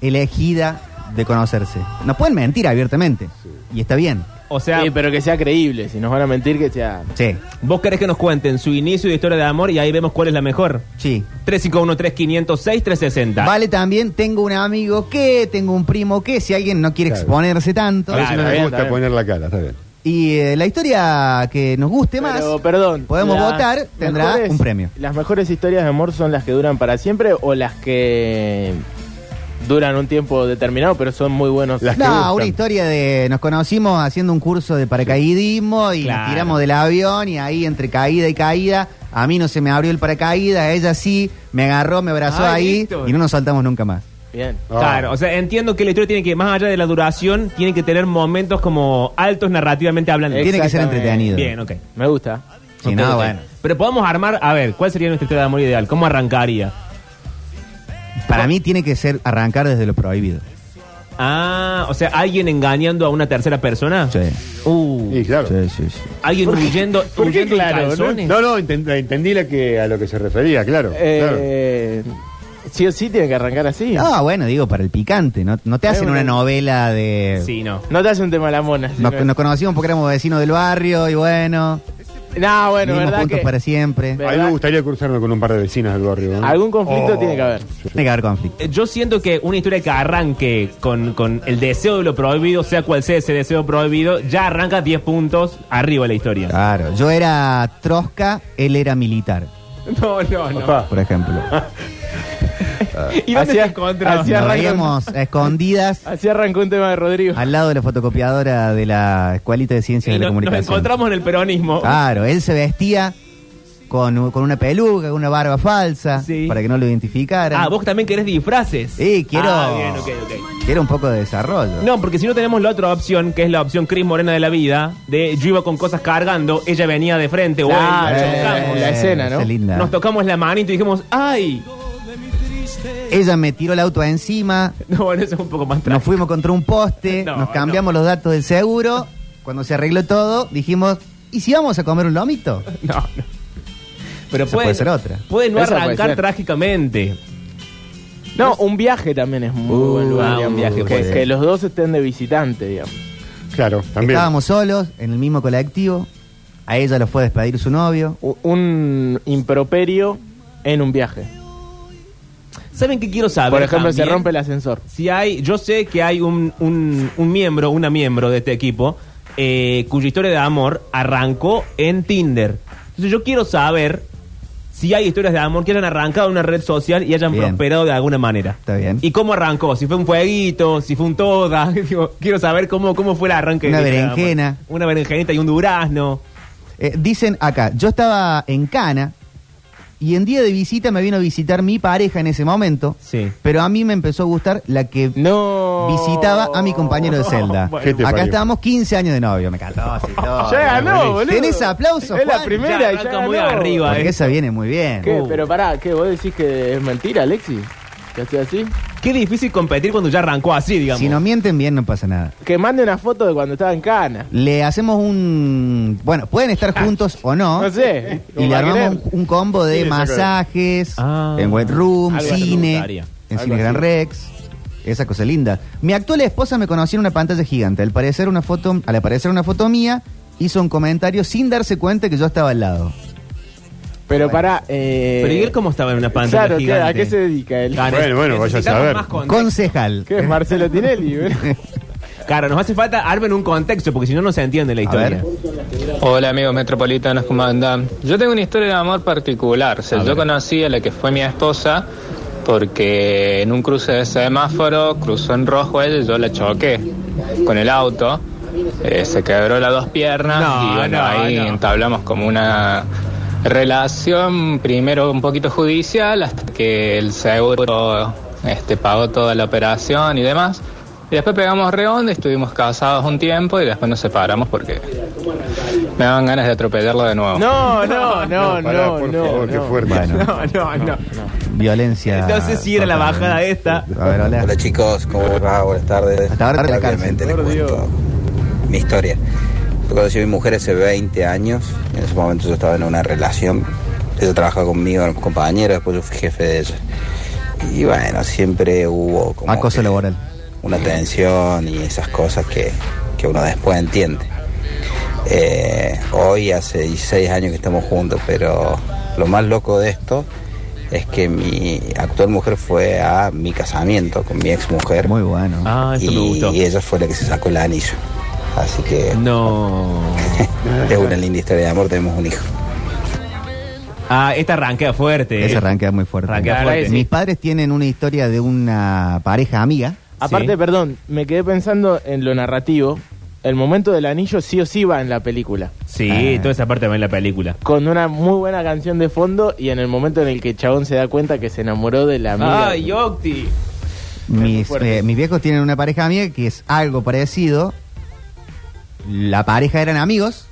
Speaker 6: elegida de conocerse? Nos pueden mentir abiertamente. Y está bien.
Speaker 10: O sea,
Speaker 12: Sí, pero que sea creíble. Si nos van a mentir, que sea.
Speaker 6: Sí.
Speaker 10: Vos querés que nos cuenten su inicio y historia de amor y ahí vemos cuál es la mejor.
Speaker 6: Sí.
Speaker 10: 351-3506-360.
Speaker 6: Vale también, tengo un amigo que, tengo un primo que, si alguien no quiere exponerse tanto.
Speaker 8: A veces no me gusta poner la cara, está bien.
Speaker 6: Y eh, la historia que nos guste más,
Speaker 12: Pero, perdón.
Speaker 6: podemos
Speaker 12: las
Speaker 6: votar, tendrá
Speaker 12: mejores-
Speaker 6: un premio.
Speaker 12: ¿Las mejores historias de amor son las que duran para siempre o las que duran un tiempo determinado, pero son muy buenos?
Speaker 6: No, una historia de nos conocimos haciendo un curso de paracaidismo y
Speaker 12: Claro.
Speaker 6: nos tiramos del avión y ahí entre caída y caída, a mí no se me abrió el paracaídas, a ella sí, me agarró, me abrazó
Speaker 10: Ah,
Speaker 6: ahí
Speaker 10: listo.
Speaker 6: y no nos saltamos nunca más.
Speaker 12: Bien.
Speaker 6: Ah.
Speaker 10: Claro, o sea, entiendo que la historia tiene que, más allá de la duración, tiene que tener momentos como altos narrativamente hablando.
Speaker 6: Tiene que ser Exactamente. entretenido.
Speaker 10: Bien, ok.
Speaker 12: Me gusta.
Speaker 6: Si
Speaker 10: Ok,
Speaker 6: no,
Speaker 10: ok.
Speaker 6: bueno.
Speaker 10: Pero podemos armar, a ver, ¿cuál sería nuestra historia de amor ideal? ¿Cómo arrancaría?
Speaker 6: Para mí tiene que ser arrancar desde lo prohibido.
Speaker 10: Ah, o sea, alguien engañando a una tercera persona. Sí. Uh.
Speaker 8: Sí, claro.
Speaker 6: Sí, sí, sí.
Speaker 10: Alguien huyendo,
Speaker 8: ¿Por qué
Speaker 10: huyendo en calzones.
Speaker 8: No, no, enten- entendí la que, a lo que se refería, claro.
Speaker 12: Eh, Sí o sí tiene que arrancar así.
Speaker 6: Ah, bueno, digo, para el picante, no, no te
Speaker 12: Es
Speaker 6: hacen
Speaker 12: una-
Speaker 6: una novela de...
Speaker 10: Sí, no.
Speaker 12: Eh, No te hace un tema la mona.
Speaker 6: Nos,
Speaker 12: sino-
Speaker 6: nos conocimos porque éramos vecinos del barrio y bueno.
Speaker 12: No, bueno,
Speaker 6: Vivimos
Speaker 12: verdad
Speaker 6: juntos
Speaker 12: que-
Speaker 6: para siempre.
Speaker 8: A mí me gustaría cruzarme con un par de vecinas del barrio. ¿eh? Oh.
Speaker 6: Tiene que haber conflicto.
Speaker 10: Eh, Yo siento que una historia que arranque con, con el deseo de lo prohibido, sea cual sea ese deseo prohibido, ya arranca 10 puntos arriba la historia.
Speaker 6: Claro, yo era trosca, él era militar,
Speaker 10: <laughs> No, no, no.
Speaker 14: <laughs>
Speaker 6: por ejemplo.
Speaker 10: ¿Y dónde se encontraban?
Speaker 6: Nos veíamos a
Speaker 10: <laughs>
Speaker 6: escondidas.
Speaker 12: Así arrancó un tema de Rodrigo.
Speaker 6: Al lado de la fotocopiadora de la Escuelita de Ciencias de
Speaker 10: Y
Speaker 6: la
Speaker 10: no- nos
Speaker 6: Comunicación.
Speaker 10: encontramos en el peronismo.
Speaker 6: Claro, él se vestía con, con una peluca, con una barba falsa, para que no lo identificaran.
Speaker 10: Ah, vos también querés disfraces.
Speaker 6: Sí, quiero,
Speaker 10: Ah, bien, ok, ok.
Speaker 6: quiero un poco de desarrollo.
Speaker 10: No, porque si no tenemos la otra opción, que es la opción Cris Morena de la vida, de yo iba con cosas cargando, ella venía de frente o él,
Speaker 12: Claro,
Speaker 10: chocamos.
Speaker 12: eh, la escena, ¿no?
Speaker 6: Esa es linda.
Speaker 10: Nos tocamos la manito y dijimos, <laughs> ¡ay!
Speaker 6: Ella me tiró el auto encima,
Speaker 10: <laughs> No, bueno, eso es un poco más
Speaker 6: nos
Speaker 10: trágico.
Speaker 6: fuimos contra un poste,
Speaker 10: <laughs> No,
Speaker 6: nos cambiamos los datos del seguro. Cuando se arregló todo, dijimos, ¿y si vamos a comer un lomito?
Speaker 10: No, no. Pero
Speaker 6: Esa puede ser otra.
Speaker 10: Puede no
Speaker 6: Esa puede
Speaker 10: arrancar
Speaker 6: ser.
Speaker 10: trágicamente.
Speaker 12: No, un viaje también es muy
Speaker 6: Uh,
Speaker 12: buen lugar.
Speaker 10: ah,
Speaker 12: digamos,
Speaker 10: un viaje,
Speaker 12: que-
Speaker 10: puede
Speaker 12: que,
Speaker 10: ser.
Speaker 12: los dos estén de visitante, digamos.
Speaker 8: Claro, también.
Speaker 6: Estábamos solos, en el mismo colectivo. A ella lo fue a despedir su novio.
Speaker 12: U- Un improperio en un viaje.
Speaker 10: ¿Saben qué quiero saber?
Speaker 12: Por ejemplo, se
Speaker 10: también?
Speaker 12: rompe el ascensor.
Speaker 10: Si hay, yo sé que hay un, un, un miembro, una miembro de este equipo, eh, cuya historia de amor arrancó en Tinder. Entonces yo quiero saber si hay historias de amor que hayan arrancado en una red social y hayan
Speaker 6: Bien.
Speaker 10: prosperado de alguna manera.
Speaker 6: Está bien.
Speaker 10: ¿Y cómo arrancó? Si fue un fueguito, si fue un toda. <laughs> Digo, quiero saber cómo, cómo fue el arranque.
Speaker 6: Una
Speaker 10: de este amor.
Speaker 6: berenjena.
Speaker 10: Una berenjenita y un durazno.
Speaker 6: Eh, dicen acá, yo estaba en Cana y en día de visita me vino a visitar mi pareja en ese momento,
Speaker 10: Sí.
Speaker 6: pero a mí me empezó a gustar la que
Speaker 12: No.
Speaker 6: visitaba a mi
Speaker 12: <laughs>
Speaker 6: compañero de celda.
Speaker 12: Bueno. ¿Qué te
Speaker 6: acá
Speaker 12: parió?
Speaker 6: estábamos 15 años de novio, me cantó. así, todo.
Speaker 12: <laughs> Ya ganó, boludo.
Speaker 6: ¿Tenés aplausos?
Speaker 12: Es la
Speaker 6: Juan?
Speaker 12: primera.
Speaker 10: Ya
Speaker 12: y
Speaker 10: arranca muy
Speaker 12: ganó.
Speaker 10: arriba,
Speaker 6: Porque
Speaker 10: eh.
Speaker 6: esa viene muy bien.
Speaker 12: ¿Qué?
Speaker 10: Uh.
Speaker 12: Pero pará, ¿qué? ¿Vos decís que es mentira, Alexi? ¿Que esté así?
Speaker 10: Qué difícil competir cuando ya arrancó así, digamos.
Speaker 6: Si no mienten bien, no pasa nada.
Speaker 12: Que mande una foto de cuando estaba
Speaker 6: <laughs>
Speaker 12: en Cana.
Speaker 6: Le hacemos un... Bueno, pueden estar juntos o no.
Speaker 12: Ah. No sé.
Speaker 6: Y
Speaker 12: como
Speaker 6: le
Speaker 12: va a
Speaker 6: armamos
Speaker 12: querer.
Speaker 6: un, un combo de
Speaker 12: Sí, saca-
Speaker 6: masajes,
Speaker 10: Ah.
Speaker 6: en wet room,
Speaker 10: Algo así me
Speaker 6: cine,
Speaker 10: gustaría.
Speaker 6: en
Speaker 12: Algo
Speaker 6: Cine
Speaker 12: así.
Speaker 6: Gran Rex. Esa cosa linda. Mi actual esposa me conoció en una pantalla gigante. Al parecer una foto, al aparecer una foto mía, hizo un comentario sin darse cuenta que yo estaba al lado.
Speaker 12: Pero pará. eh,
Speaker 10: Pero ¿y él cómo estaba en una pantalla
Speaker 12: Claro, ¿qué-
Speaker 10: gigante?
Speaker 12: ¿a qué se dedica él?
Speaker 10: Claro,
Speaker 8: Bueno, bueno, vaya a
Speaker 10: necesitamos
Speaker 8: saber.
Speaker 10: más contexto.
Speaker 6: Concejal.
Speaker 12: ¿Qué es Marcelo
Speaker 10: <laughs>
Speaker 12: Tinelli? boludo?
Speaker 10: Claro, nos hace falta armen un contexto porque si no, no se entiende la historia.
Speaker 6: ver.
Speaker 15: Hola amigos metropolitanos, ¿cómo andan? Yo tengo una historia de amor particular. O sea, yo conocí a la que fue mi esposa porque en un cruce de semáforo cruzó en rojo ella y yo la choqué con el auto. Eh, se quebró las dos piernas
Speaker 10: No,
Speaker 15: y bueno,
Speaker 10: no,
Speaker 15: ahí
Speaker 10: no.
Speaker 15: entablamos como una relación, primero un poquito judicial, hasta que el seguro este, pagó toda la operación y demás. Y después pegamos reonda, estuvimos casados un tiempo y después nos separamos porque me daban ganas de atropellarlo de nuevo.
Speaker 12: No, no, no, no.
Speaker 8: pará,
Speaker 12: no,
Speaker 8: por favor,
Speaker 6: Oh,
Speaker 12: no.
Speaker 8: qué fuerte.
Speaker 6: Bueno,
Speaker 10: No, no, no.
Speaker 6: violencia.
Speaker 10: Ah, No sé si era la bajada esta.
Speaker 6: A ver, hola.
Speaker 16: Hola chicos, ¿cómo les va? Buenas tardes.
Speaker 6: Hasta ahora la cárcel.
Speaker 16: Obviamente les cuento mi historia. Yo conocí a mi mujer hace 20 años. En ese momento yo estaba en una relación. Ella trabajaba conmigo, era compañera, después yo fui jefe de ella. Y bueno, siempre hubo como
Speaker 6: Acoso laboral.
Speaker 16: una tensión y esas cosas que, que uno después entiende. Eh, hoy hace 16 años que estamos juntos, pero lo más loco de esto es que mi actual mujer fue a mi casamiento con mi ex mujer
Speaker 6: Muy bueno.
Speaker 10: Ah, eso me
Speaker 16: y,
Speaker 10: gustó.
Speaker 16: y ella fue la que se sacó el anillo. Así que
Speaker 10: No.
Speaker 16: <laughs> es una linda historia de amor,
Speaker 6: <laughs>
Speaker 16: tenemos un hijo.
Speaker 10: Ah, esta arranquea fuerte. eh.
Speaker 6: Ese arranque es muy fuerte.
Speaker 10: Arranquea La verdad fuerte. que sí.
Speaker 6: Mis padres tienen una historia de una pareja amiga.
Speaker 12: Aparte,
Speaker 10: Sí.
Speaker 12: perdón, me quedé pensando en lo narrativo. El momento del anillo sí o sí va en la película.
Speaker 6: Ah.
Speaker 10: Sí, toda esa parte va en la película.
Speaker 12: Con una muy buena canción de fondo y en el momento en el que Chabón se da cuenta que se enamoró de la amiga.
Speaker 10: Ay, Octi.
Speaker 6: Mis,
Speaker 12: fuerte.
Speaker 6: eh, mis viejos tienen una pareja amiga que es algo parecido. La pareja eran amigos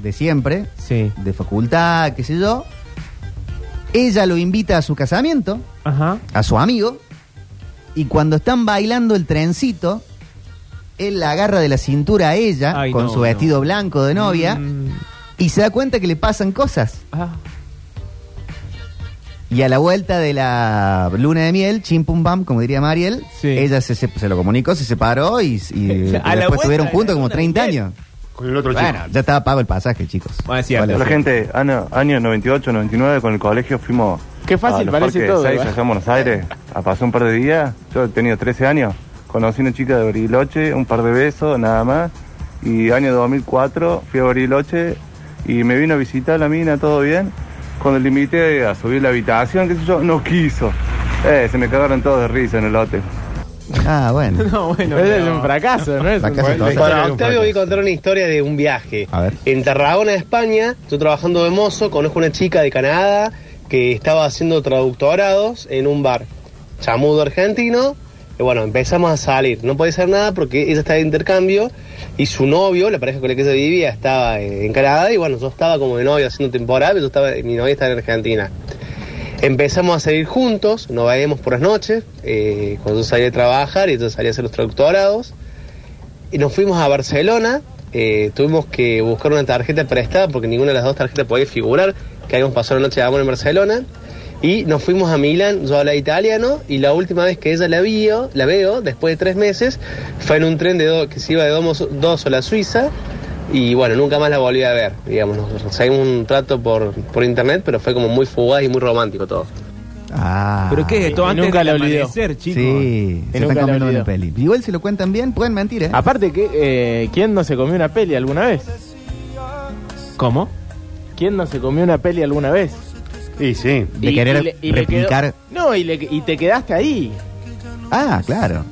Speaker 6: de siempre,
Speaker 10: Sí.
Speaker 6: de facultad, qué sé yo. Ella lo invita a su casamiento,
Speaker 10: Ajá.
Speaker 6: a su amigo, y cuando están bailando el trencito, él la agarra de la cintura a ella
Speaker 10: Ay,
Speaker 6: con
Speaker 10: no,
Speaker 6: su vestido blanco de novia
Speaker 10: Mm,
Speaker 6: y se da cuenta que le pasan cosas.
Speaker 10: ah.
Speaker 6: Y a la vuelta de la luna de miel, chim pum pam, como diría Mariel,
Speaker 10: Sí. Eh,
Speaker 6: ella se, se- se lo comunicó, se separó y, y- y
Speaker 10: A la
Speaker 6: después
Speaker 10: vuelta
Speaker 6: estuvieron
Speaker 10: de la
Speaker 6: juntos como
Speaker 10: luna de
Speaker 6: 30
Speaker 10: miel.
Speaker 6: años.
Speaker 4: Con el otro
Speaker 6: Bueno, ya estaba pago el pasaje, chicos.
Speaker 14: Bueno, gente, año, año 98, 99, con el colegio fuimos.
Speaker 6: Qué fácil
Speaker 14: a los
Speaker 6: parece
Speaker 14: parques
Speaker 6: todo,
Speaker 14: de Seiza,
Speaker 6: ¿verdad?
Speaker 14: allá en Buenos Aires. A pasar un par de días. Yo he tenido 13 años. Conocí una chica de Bariloche, un par de besos, nada más. Y año 2004 fui a Bariloche y me vino a visitar la mina, todo bien. Cuando le invité a subir la habitación, qué sé yo, no quiso. Eh, se me cagaron todos de risa en el hotel.
Speaker 6: Ah, bueno.
Speaker 14: <laughs> No, bueno.
Speaker 12: Ese es un fracaso, ¿no? Es un
Speaker 6: Fracaso
Speaker 12: buen-
Speaker 6: total.
Speaker 17: Para Octavio voy a contar una historia de un viaje.
Speaker 6: A ver.
Speaker 17: En Tarragona, España, yo trabajando de mozo, conozco una chica de Canadá que estaba haciendo traductorados en un bar. Chamudo argentino. Y bueno, empezamos a salir. No podía hacer nada porque ella estaba de intercambio y su novio, la pareja con la que ella vivía, estaba en en Canadá. Y bueno, yo estaba como de novio haciendo temporada, pero yo estaba, mi novia estaba en Argentina. Empezamos a salir juntos, nos veíamos por las noches, eh, cuando yo salía a trabajar y yo salía a hacer los traductorados. Y nos fuimos a Barcelona, eh, tuvimos que buscar una tarjeta prestada porque ninguna de las dos tarjetas podía figurar que habíamos pasado la noche de amor en Barcelona. Y nos fuimos a Milán, yo hablaba italiano, y la última vez que ella la vio, la veo, después de tres meses, fue en un tren de do- que se iba de Domos dos a la Suiza, y bueno, nunca más la volví a ver, digamos, nos seguimos un trato por, por internet, pero fue como muy fugaz y muy romántico todo.
Speaker 6: Ah.
Speaker 10: ¿Pero qué es esto?
Speaker 6: Y
Speaker 10: Antes
Speaker 6: nunca
Speaker 10: del
Speaker 6: lo olvidó.
Speaker 10: amanecer, chicos.
Speaker 6: Sí,
Speaker 12: Y
Speaker 6: se están
Speaker 12: nunca lo
Speaker 6: comiendo
Speaker 12: olvidó.
Speaker 6: una peli. Igual si lo cuentan bien, pueden mentir, ¿eh?
Speaker 12: Aparte, que, eh, ¿quién no se comió una peli alguna vez?
Speaker 10: ¿Cómo?
Speaker 12: ¿Quién no se comió una peli alguna vez?
Speaker 8: Y sí.
Speaker 6: De querer replicar.
Speaker 12: quedó- no, y, le- y te quedaste ahí,
Speaker 6: Ah, claro.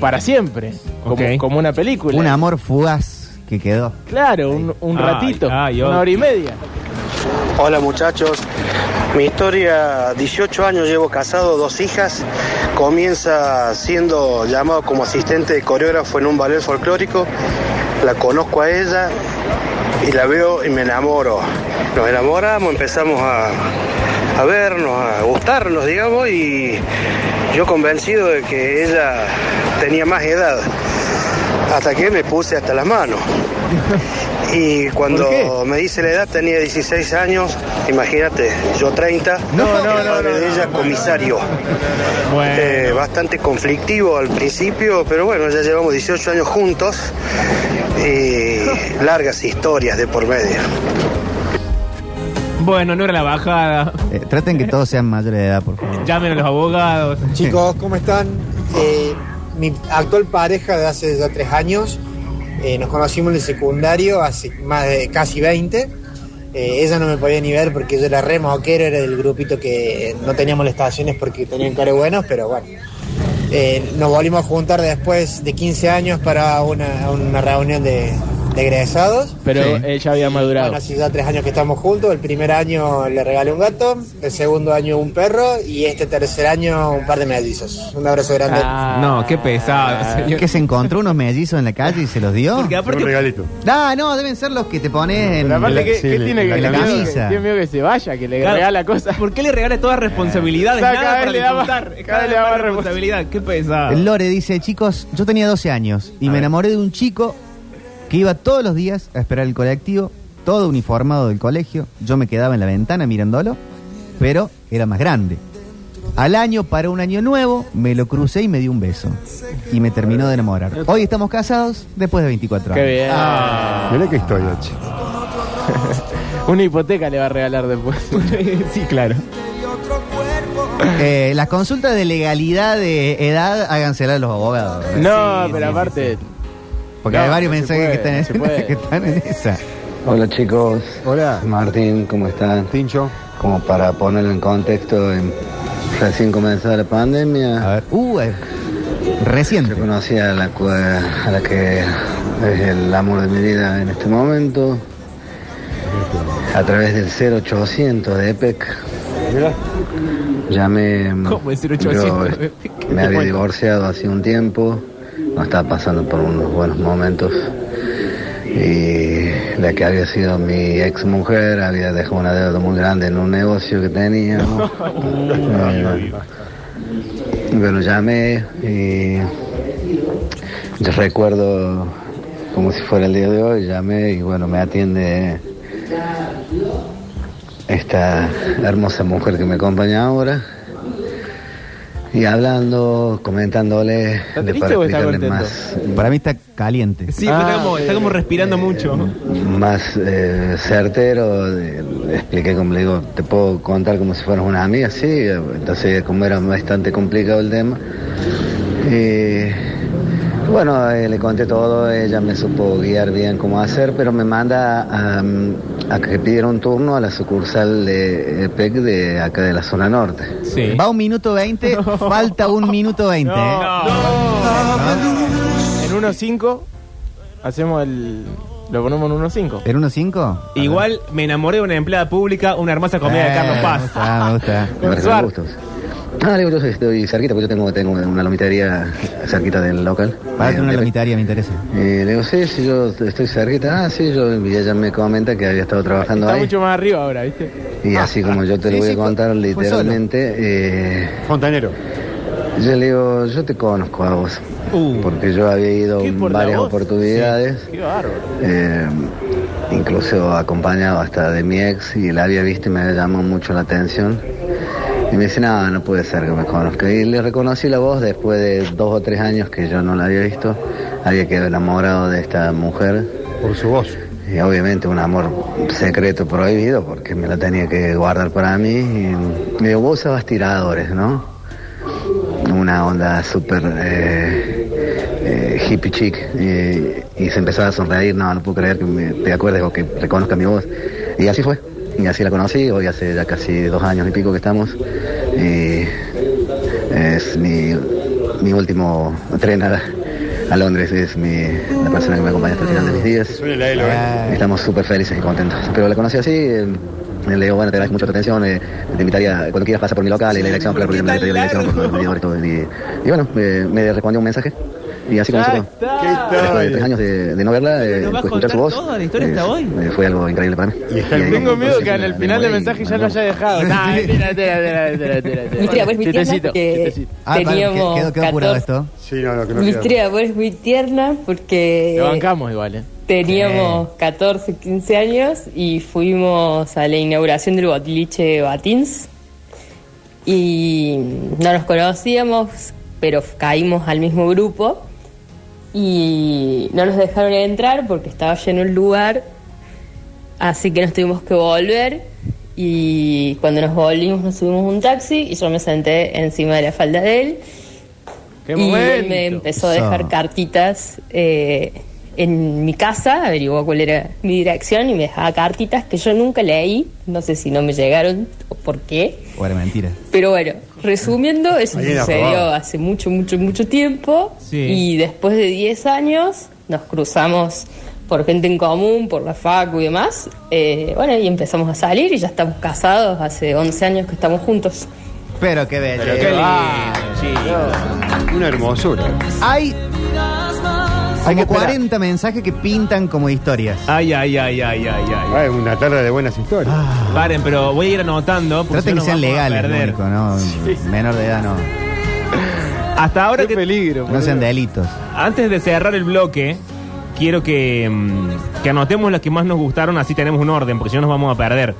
Speaker 12: para siempre. Como,
Speaker 6: Ok.
Speaker 12: como una película.
Speaker 6: Un amor fugaz que quedó.
Speaker 12: Claro, un, un
Speaker 6: Ay,
Speaker 12: ratito,
Speaker 6: ay,
Speaker 12: una
Speaker 6: oh.
Speaker 12: hora Ah, y media.
Speaker 13: Hola muchachos, mi historia, 18 años llevo casado, dos hijas, comienza siendo llamado como asistente de coreógrafo en un ballet folclórico, la conozco a ella y la veo y me enamoro. Nos enamoramos, empezamos a, a vernos, a gustarnos, digamos, y yo convencido de que ella tenía más edad, hasta que me puse hasta las manos. Y cuando me dice la edad tenía 16 años, imagínate, yo 30, no, no, de ella comisario. Eh, bastante conflictivo al principio, pero bueno, ya llevamos 18 años juntos y largas historias de por medio.
Speaker 10: Bueno, no era la bajada.
Speaker 6: Eh, traten que todos sean mayores de edad, por favor.
Speaker 10: <laughs> Llamen a los abogados.
Speaker 18: Chicos, ¿cómo están? Eh, mi actual pareja de hace ya tres años, eh, nos conocimos en el secundario hace más de casi 20. Eh, ella no me podía ni ver porque yo era re moquero, era del grupito que no teníamos las estaciones porque tenían cara buenos, pero bueno. Eh, nos volvimos a juntar después de 15 años para una, una reunión de, de egresados.
Speaker 12: Pero ella había madurado.
Speaker 18: Bueno, hace ya tres años que estamos juntos. El primer año le regalé un gato, el segundo año un perro y este tercer año un par de mellizos. Un abrazo grande.
Speaker 10: No, qué pesado,
Speaker 6: <laughs>
Speaker 10: señor.
Speaker 6: Que se encontró unos mellizos en la calle y se los dio.
Speaker 10: Ah. aparte- Un
Speaker 6: regalito. Ah, no, deben ser los que te pones en,
Speaker 12: Pero aparte, ¿qué, qué tiene que
Speaker 6: en la
Speaker 12: tiene miedo
Speaker 6: camisa.
Speaker 12: que- Tiene miedo que se vaya, que le
Speaker 10: Claro.
Speaker 12: regala cosas.
Speaker 10: ¿Por qué le regala todas responsabilidades?
Speaker 12: Cada
Speaker 10: Nada
Speaker 12: vez
Speaker 10: para
Speaker 12: le da más-
Speaker 10: disfrutar.
Speaker 12: cada
Speaker 10: Cada
Speaker 12: vez
Speaker 10: le
Speaker 12: le da
Speaker 10: da
Speaker 12: más
Speaker 10: responsabilidad. Qué pesado.
Speaker 6: Lore dice, chicos, yo tenía 12 años y me enamoré de un chico que iba todos los días a esperar el colectivo, todo uniformado del colegio. Yo me quedaba en la ventana mirándolo, pero era más grande. Al año, para un año nuevo, me lo crucé y me dio un beso. Y me terminó de enamorar. Hoy estamos casados después de 24 años.
Speaker 12: Qué bien.
Speaker 6: Mirá qué historia, che.
Speaker 12: <laughs> Una hipoteca le va a regalar después. <laughs> sí, claro.
Speaker 6: Eh, las consultas de legalidad de edad háganselas a los abogados.
Speaker 12: No,
Speaker 6: Sí,
Speaker 12: pero
Speaker 6: sí,
Speaker 12: aparte.
Speaker 6: Porque
Speaker 12: No,
Speaker 6: hay varios
Speaker 12: no se
Speaker 6: mensajes
Speaker 12: puede,
Speaker 6: que, están
Speaker 12: no
Speaker 6: en,
Speaker 12: se
Speaker 6: <laughs>
Speaker 12: puede.
Speaker 6: que están en esa.
Speaker 19: Hola chicos.
Speaker 8: Hola.
Speaker 19: Martín, ¿cómo están?
Speaker 8: Tincho.
Speaker 19: Como para ponerlo en contexto, en- recién comenzada la pandemia.
Speaker 6: A ver, uh, reciente.
Speaker 19: Yo conocí a la, cu- a la que es el amor de mi vida en este momento. A través del 0800 de E EPEC. Llamé.
Speaker 10: ¿Cómo es
Speaker 19: yo
Speaker 10: 0800?
Speaker 19: <laughs> Me había divorciado hace un tiempo, no estaba pasando por unos buenos momentos. Y la que había sido mi ex mujer había dejado una deuda muy grande en un negocio que
Speaker 10: <laughs>
Speaker 19: teníamos. Y Bueno, llamé y yo recuerdo como si fuera el día de hoy, llamé y bueno, me atiende esta hermosa mujer que me acompaña ahora. Y hablando, comentándole. ¿Está
Speaker 6: triste o está
Speaker 19: Más,
Speaker 6: Para mí está caliente.
Speaker 19: Sí, Ah, está como- está como
Speaker 10: respirando mucho.
Speaker 19: más eh, certero, de- le expliqué como le digo, te puedo contar como si fueras una amiga, sí, entonces como era bastante complicado el tema. eh, bueno, eh, le conté todo, ella me supo guiar bien cómo hacer, pero me manda a, a que pidiera un turno a la sucursal de eh, PEC de acá de la zona norte.
Speaker 6: Va un minuto
Speaker 12: <laughs>
Speaker 6: 20, falta un minuto ¿eh? 20.
Speaker 12: En 1.5 hacemos el. Lo ponemos en 1.5.
Speaker 6: ¿En 1.5?
Speaker 10: Igual me enamoré de una empleada pública, una hermosa comida
Speaker 6: Eh.
Speaker 10: de Carlos Paz.
Speaker 6: Ah, me gusta.
Speaker 10: Con
Speaker 19: Margen
Speaker 10: Suar.
Speaker 19: Bustos. Ah, le digo, yo estoy cerquita, porque yo tengo, tengo una lomitería cerquita del local.
Speaker 6: Para
Speaker 19: Eh,
Speaker 6: una
Speaker 19: de-
Speaker 6: lamitaria, me interesa.
Speaker 19: Eh, le digo, sí, sí, yo estoy cerquita. Ah, sí, yo, y ella me comenta que había estado trabajando
Speaker 12: Está
Speaker 19: ahí.
Speaker 12: mucho más arriba ahora, ¿viste? Ah.
Speaker 19: Y así como yo te
Speaker 12: sí,
Speaker 19: lo voy
Speaker 12: sí,
Speaker 19: a
Speaker 12: fue-
Speaker 19: contar
Speaker 12: fue
Speaker 19: literalmente. Eh, Fontanero. Yo le digo, yo te conozco a vos. porque yo había ido en varias oportunidades.
Speaker 12: Qué bárbaro.
Speaker 19: eh, incluso acompañado hasta de mi ex y la había visto y me llamó mucho la atención. Y me dice, no, no puede ser que me conozca. Y le reconocí la voz después de dos o tres años que yo no la había visto. Había quedado enamorado de esta mujer. Por su voz. Y obviamente un amor secreto prohibido porque me la tenía que guardar para mí. Y me digo, vos usabas tiradores, ¿no? Una onda súper eh, eh, hippie chic. eh, y se empezaba a sonreír, no, no puedo creer que me- te acuerdes o que reconozca mi voz. Y así fue. Y así la conocí, hoy hace ya casi dos años y pico que estamos. Y es mi, mi último tren a, a Londres, es mi, la persona que me acompaña hasta el final de mis días.
Speaker 12: ¿eh?
Speaker 19: Ah. Estamos súper felices y contentos. Pero la conocí así, eh, le digo, bueno, te agradezco mucho tu atención, eh, te invitaría, cuando quieras pasa por mi local y la dirección, claro, porque me dio la dirección por los vendedores, todo. Y, y bueno, eh, me respondió un mensaje. Y así comenzó todo. Después de tres años de, de no verla, eh, pude escuchar su voz.
Speaker 12: la historia está hoy.
Speaker 19: Eh, fue algo increíble para mí. Y ahí
Speaker 12: Tengo
Speaker 19: comenzó
Speaker 12: miedo que en
Speaker 19: siempre
Speaker 12: el
Speaker 19: la
Speaker 12: final
Speaker 19: memoria
Speaker 12: del mensaje ya lo haya dejado. Nah, mentira, mentira, mentira, mentira, mentira, mentira.
Speaker 20: Mentira, pues mi tierna
Speaker 12: Chistecito,
Speaker 20: que
Speaker 12: chistecito.
Speaker 20: teníamos 14
Speaker 8: Sí, no, no, que no
Speaker 20: Mi
Speaker 8: queda.
Speaker 20: historia de amor es muy tierna porque
Speaker 12: Lo bancamos igual, ¿eh?
Speaker 20: teníamos 14, 15 años y fuimos a la inauguración del boliche Batins y no nos conocíamos, pero caímos al mismo grupo y no nos dejaron entrar porque estaba lleno el lugar, así que nos tuvimos que volver y cuando nos volvimos nos subimos a un taxi y yo me senté encima de la falda de él
Speaker 12: ¡Qué
Speaker 20: y él
Speaker 12: momento!
Speaker 20: me empezó a dejar
Speaker 12: Eso.
Speaker 20: cartitas eh, en mi casa, averiguó cuál era mi dirección y me dejaba cartitas que yo nunca leí, no sé si no me llegaron o por qué.
Speaker 6: O era mentira.
Speaker 20: Pero bueno, resumiendo, eso
Speaker 6: Ahí la
Speaker 20: sucedió
Speaker 6: probaba.
Speaker 20: hace mucho, mucho, mucho tiempo.
Speaker 6: Sí.
Speaker 20: Y después de 10 años nos cruzamos por gente en común, por la facu y demás. Eh, bueno, y empezamos a salir y ya estamos casados, hace 11 años que estamos juntos.
Speaker 6: Pero qué bello.
Speaker 8: Pero qué lindo, Una hermosura.
Speaker 6: Hay como
Speaker 8: esperar.
Speaker 6: 40 mensajes que pintan como historias.
Speaker 10: Ay, ay, ay, ay, ay, ay.
Speaker 8: Ah, es una tarde de buenas historias.
Speaker 6: Ah.
Speaker 10: Paren, pero voy a ir anotando. porque
Speaker 6: Traten que
Speaker 10: si no
Speaker 6: sean
Speaker 10: nos vamos a
Speaker 6: legales, lo
Speaker 10: perder.
Speaker 6: único, ¿no? Menor de edad, no.
Speaker 10: Hasta ahora que.
Speaker 6: No sean delitos.
Speaker 10: Antes de cerrar el bloque, quiero que, mm, que anotemos las que más nos gustaron, así tenemos un orden, porque si no nos vamos a perder.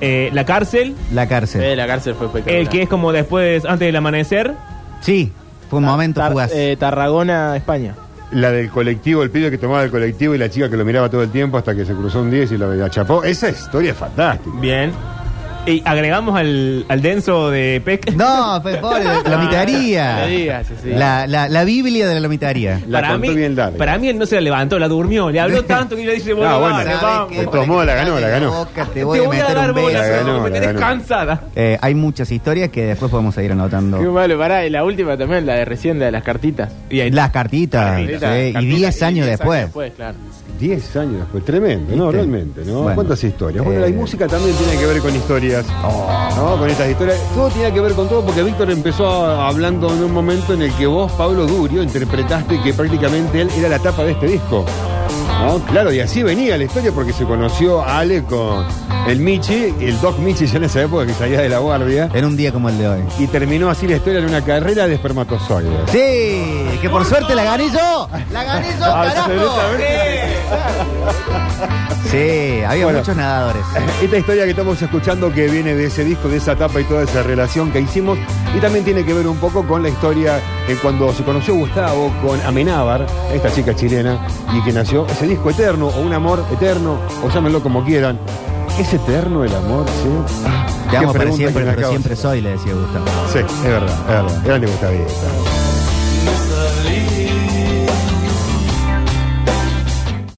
Speaker 10: Eh, la cárcel,
Speaker 6: La cárcel.
Speaker 12: Eh, la cárcel fue espectacular.
Speaker 10: el que es como después, antes del amanecer.
Speaker 6: Sí, fue un momento
Speaker 12: Tar- eh, Tarragona, España.
Speaker 8: La del colectivo, el pibe que tomaba el colectivo y la chica que lo miraba todo el tiempo hasta que se cruzó un 10 y lo la chapó. Esa historia es fantástica.
Speaker 10: Bien. Y agregamos al, al denso de Peck.
Speaker 6: No, pe-
Speaker 10: <laughs>
Speaker 6: pobre, la lomitaría.
Speaker 10: No le digas, sí, sí.
Speaker 6: La, la- la Biblia de la lomitaría.
Speaker 10: para, mí, para mí él no se la levantó, la durmió,
Speaker 6: <laughs>
Speaker 10: le habló tanto que le dice, bueno,
Speaker 6: No, bueno,
Speaker 10: dale,
Speaker 6: ¿sabes
Speaker 10: vamos.
Speaker 6: qué? De todos modos, la ganó, la ganó. Boca, te voy a meter
Speaker 10: dar
Speaker 6: un
Speaker 10: bola,
Speaker 6: beso. La ganó,
Speaker 10: porque
Speaker 6: la
Speaker 10: tenés
Speaker 6: ganó.
Speaker 10: cansada.
Speaker 6: Eh, hay muchas historias que después podemos seguir anotando.
Speaker 12: Qué malo, pará, y la última también, la de recién, la de las cartitas.
Speaker 6: Las cartitas.
Speaker 12: Cartitas,
Speaker 6: Ah, sí,
Speaker 12: cartitas,
Speaker 6: y 10 años después.
Speaker 12: claro.
Speaker 8: 10 años después, tremendo, ¿no?
Speaker 6: ¿Viste?
Speaker 8: Realmente, ¿no?
Speaker 6: Bueno.
Speaker 8: ¿Cuántas historias? Bueno,
Speaker 6: Eh. oh.
Speaker 8: la música también tiene que ver con historias. ¿No? Con estas historias. Todo tiene que ver con todo porque Víctor empezó a- hablando en un momento en el que vos, Pablo Durio, interpretaste que prácticamente él era la tapa de este disco. ¿No? Claro, y así venía la historia porque se conoció a Ale con el Michi, el Doc Michi ya en esa época que salía de la guardia.
Speaker 6: En un día como el de hoy.
Speaker 8: Y terminó así la historia en una carrera de espermatozoides.
Speaker 10: Ah,
Speaker 6: Sí, que por suerte la gané yo. La gané yo, carajo.
Speaker 8: Absolutamente.
Speaker 6: Sí, había muchos nadadores.
Speaker 8: <laughs> Esta historia que estamos escuchando que viene de ese disco, de esa etapa y toda esa relación que hicimos, y también tiene que ver un poco con la historia de cuando se conoció Gustavo con Amenábar, esta chica chilena, y que nació ese disco eterno, o un amor eterno, o llámenlo como quieran. ¿Es eterno el amor? Sí. Ah,
Speaker 6: Te
Speaker 8: qué
Speaker 6: amo para
Speaker 8: pregunta que
Speaker 6: siempre,
Speaker 8: me
Speaker 6: pero
Speaker 8: acabas.
Speaker 6: siempre soy, le decía Gustavo.
Speaker 8: Sí, es verdad, es verdad. Grande Gustavito.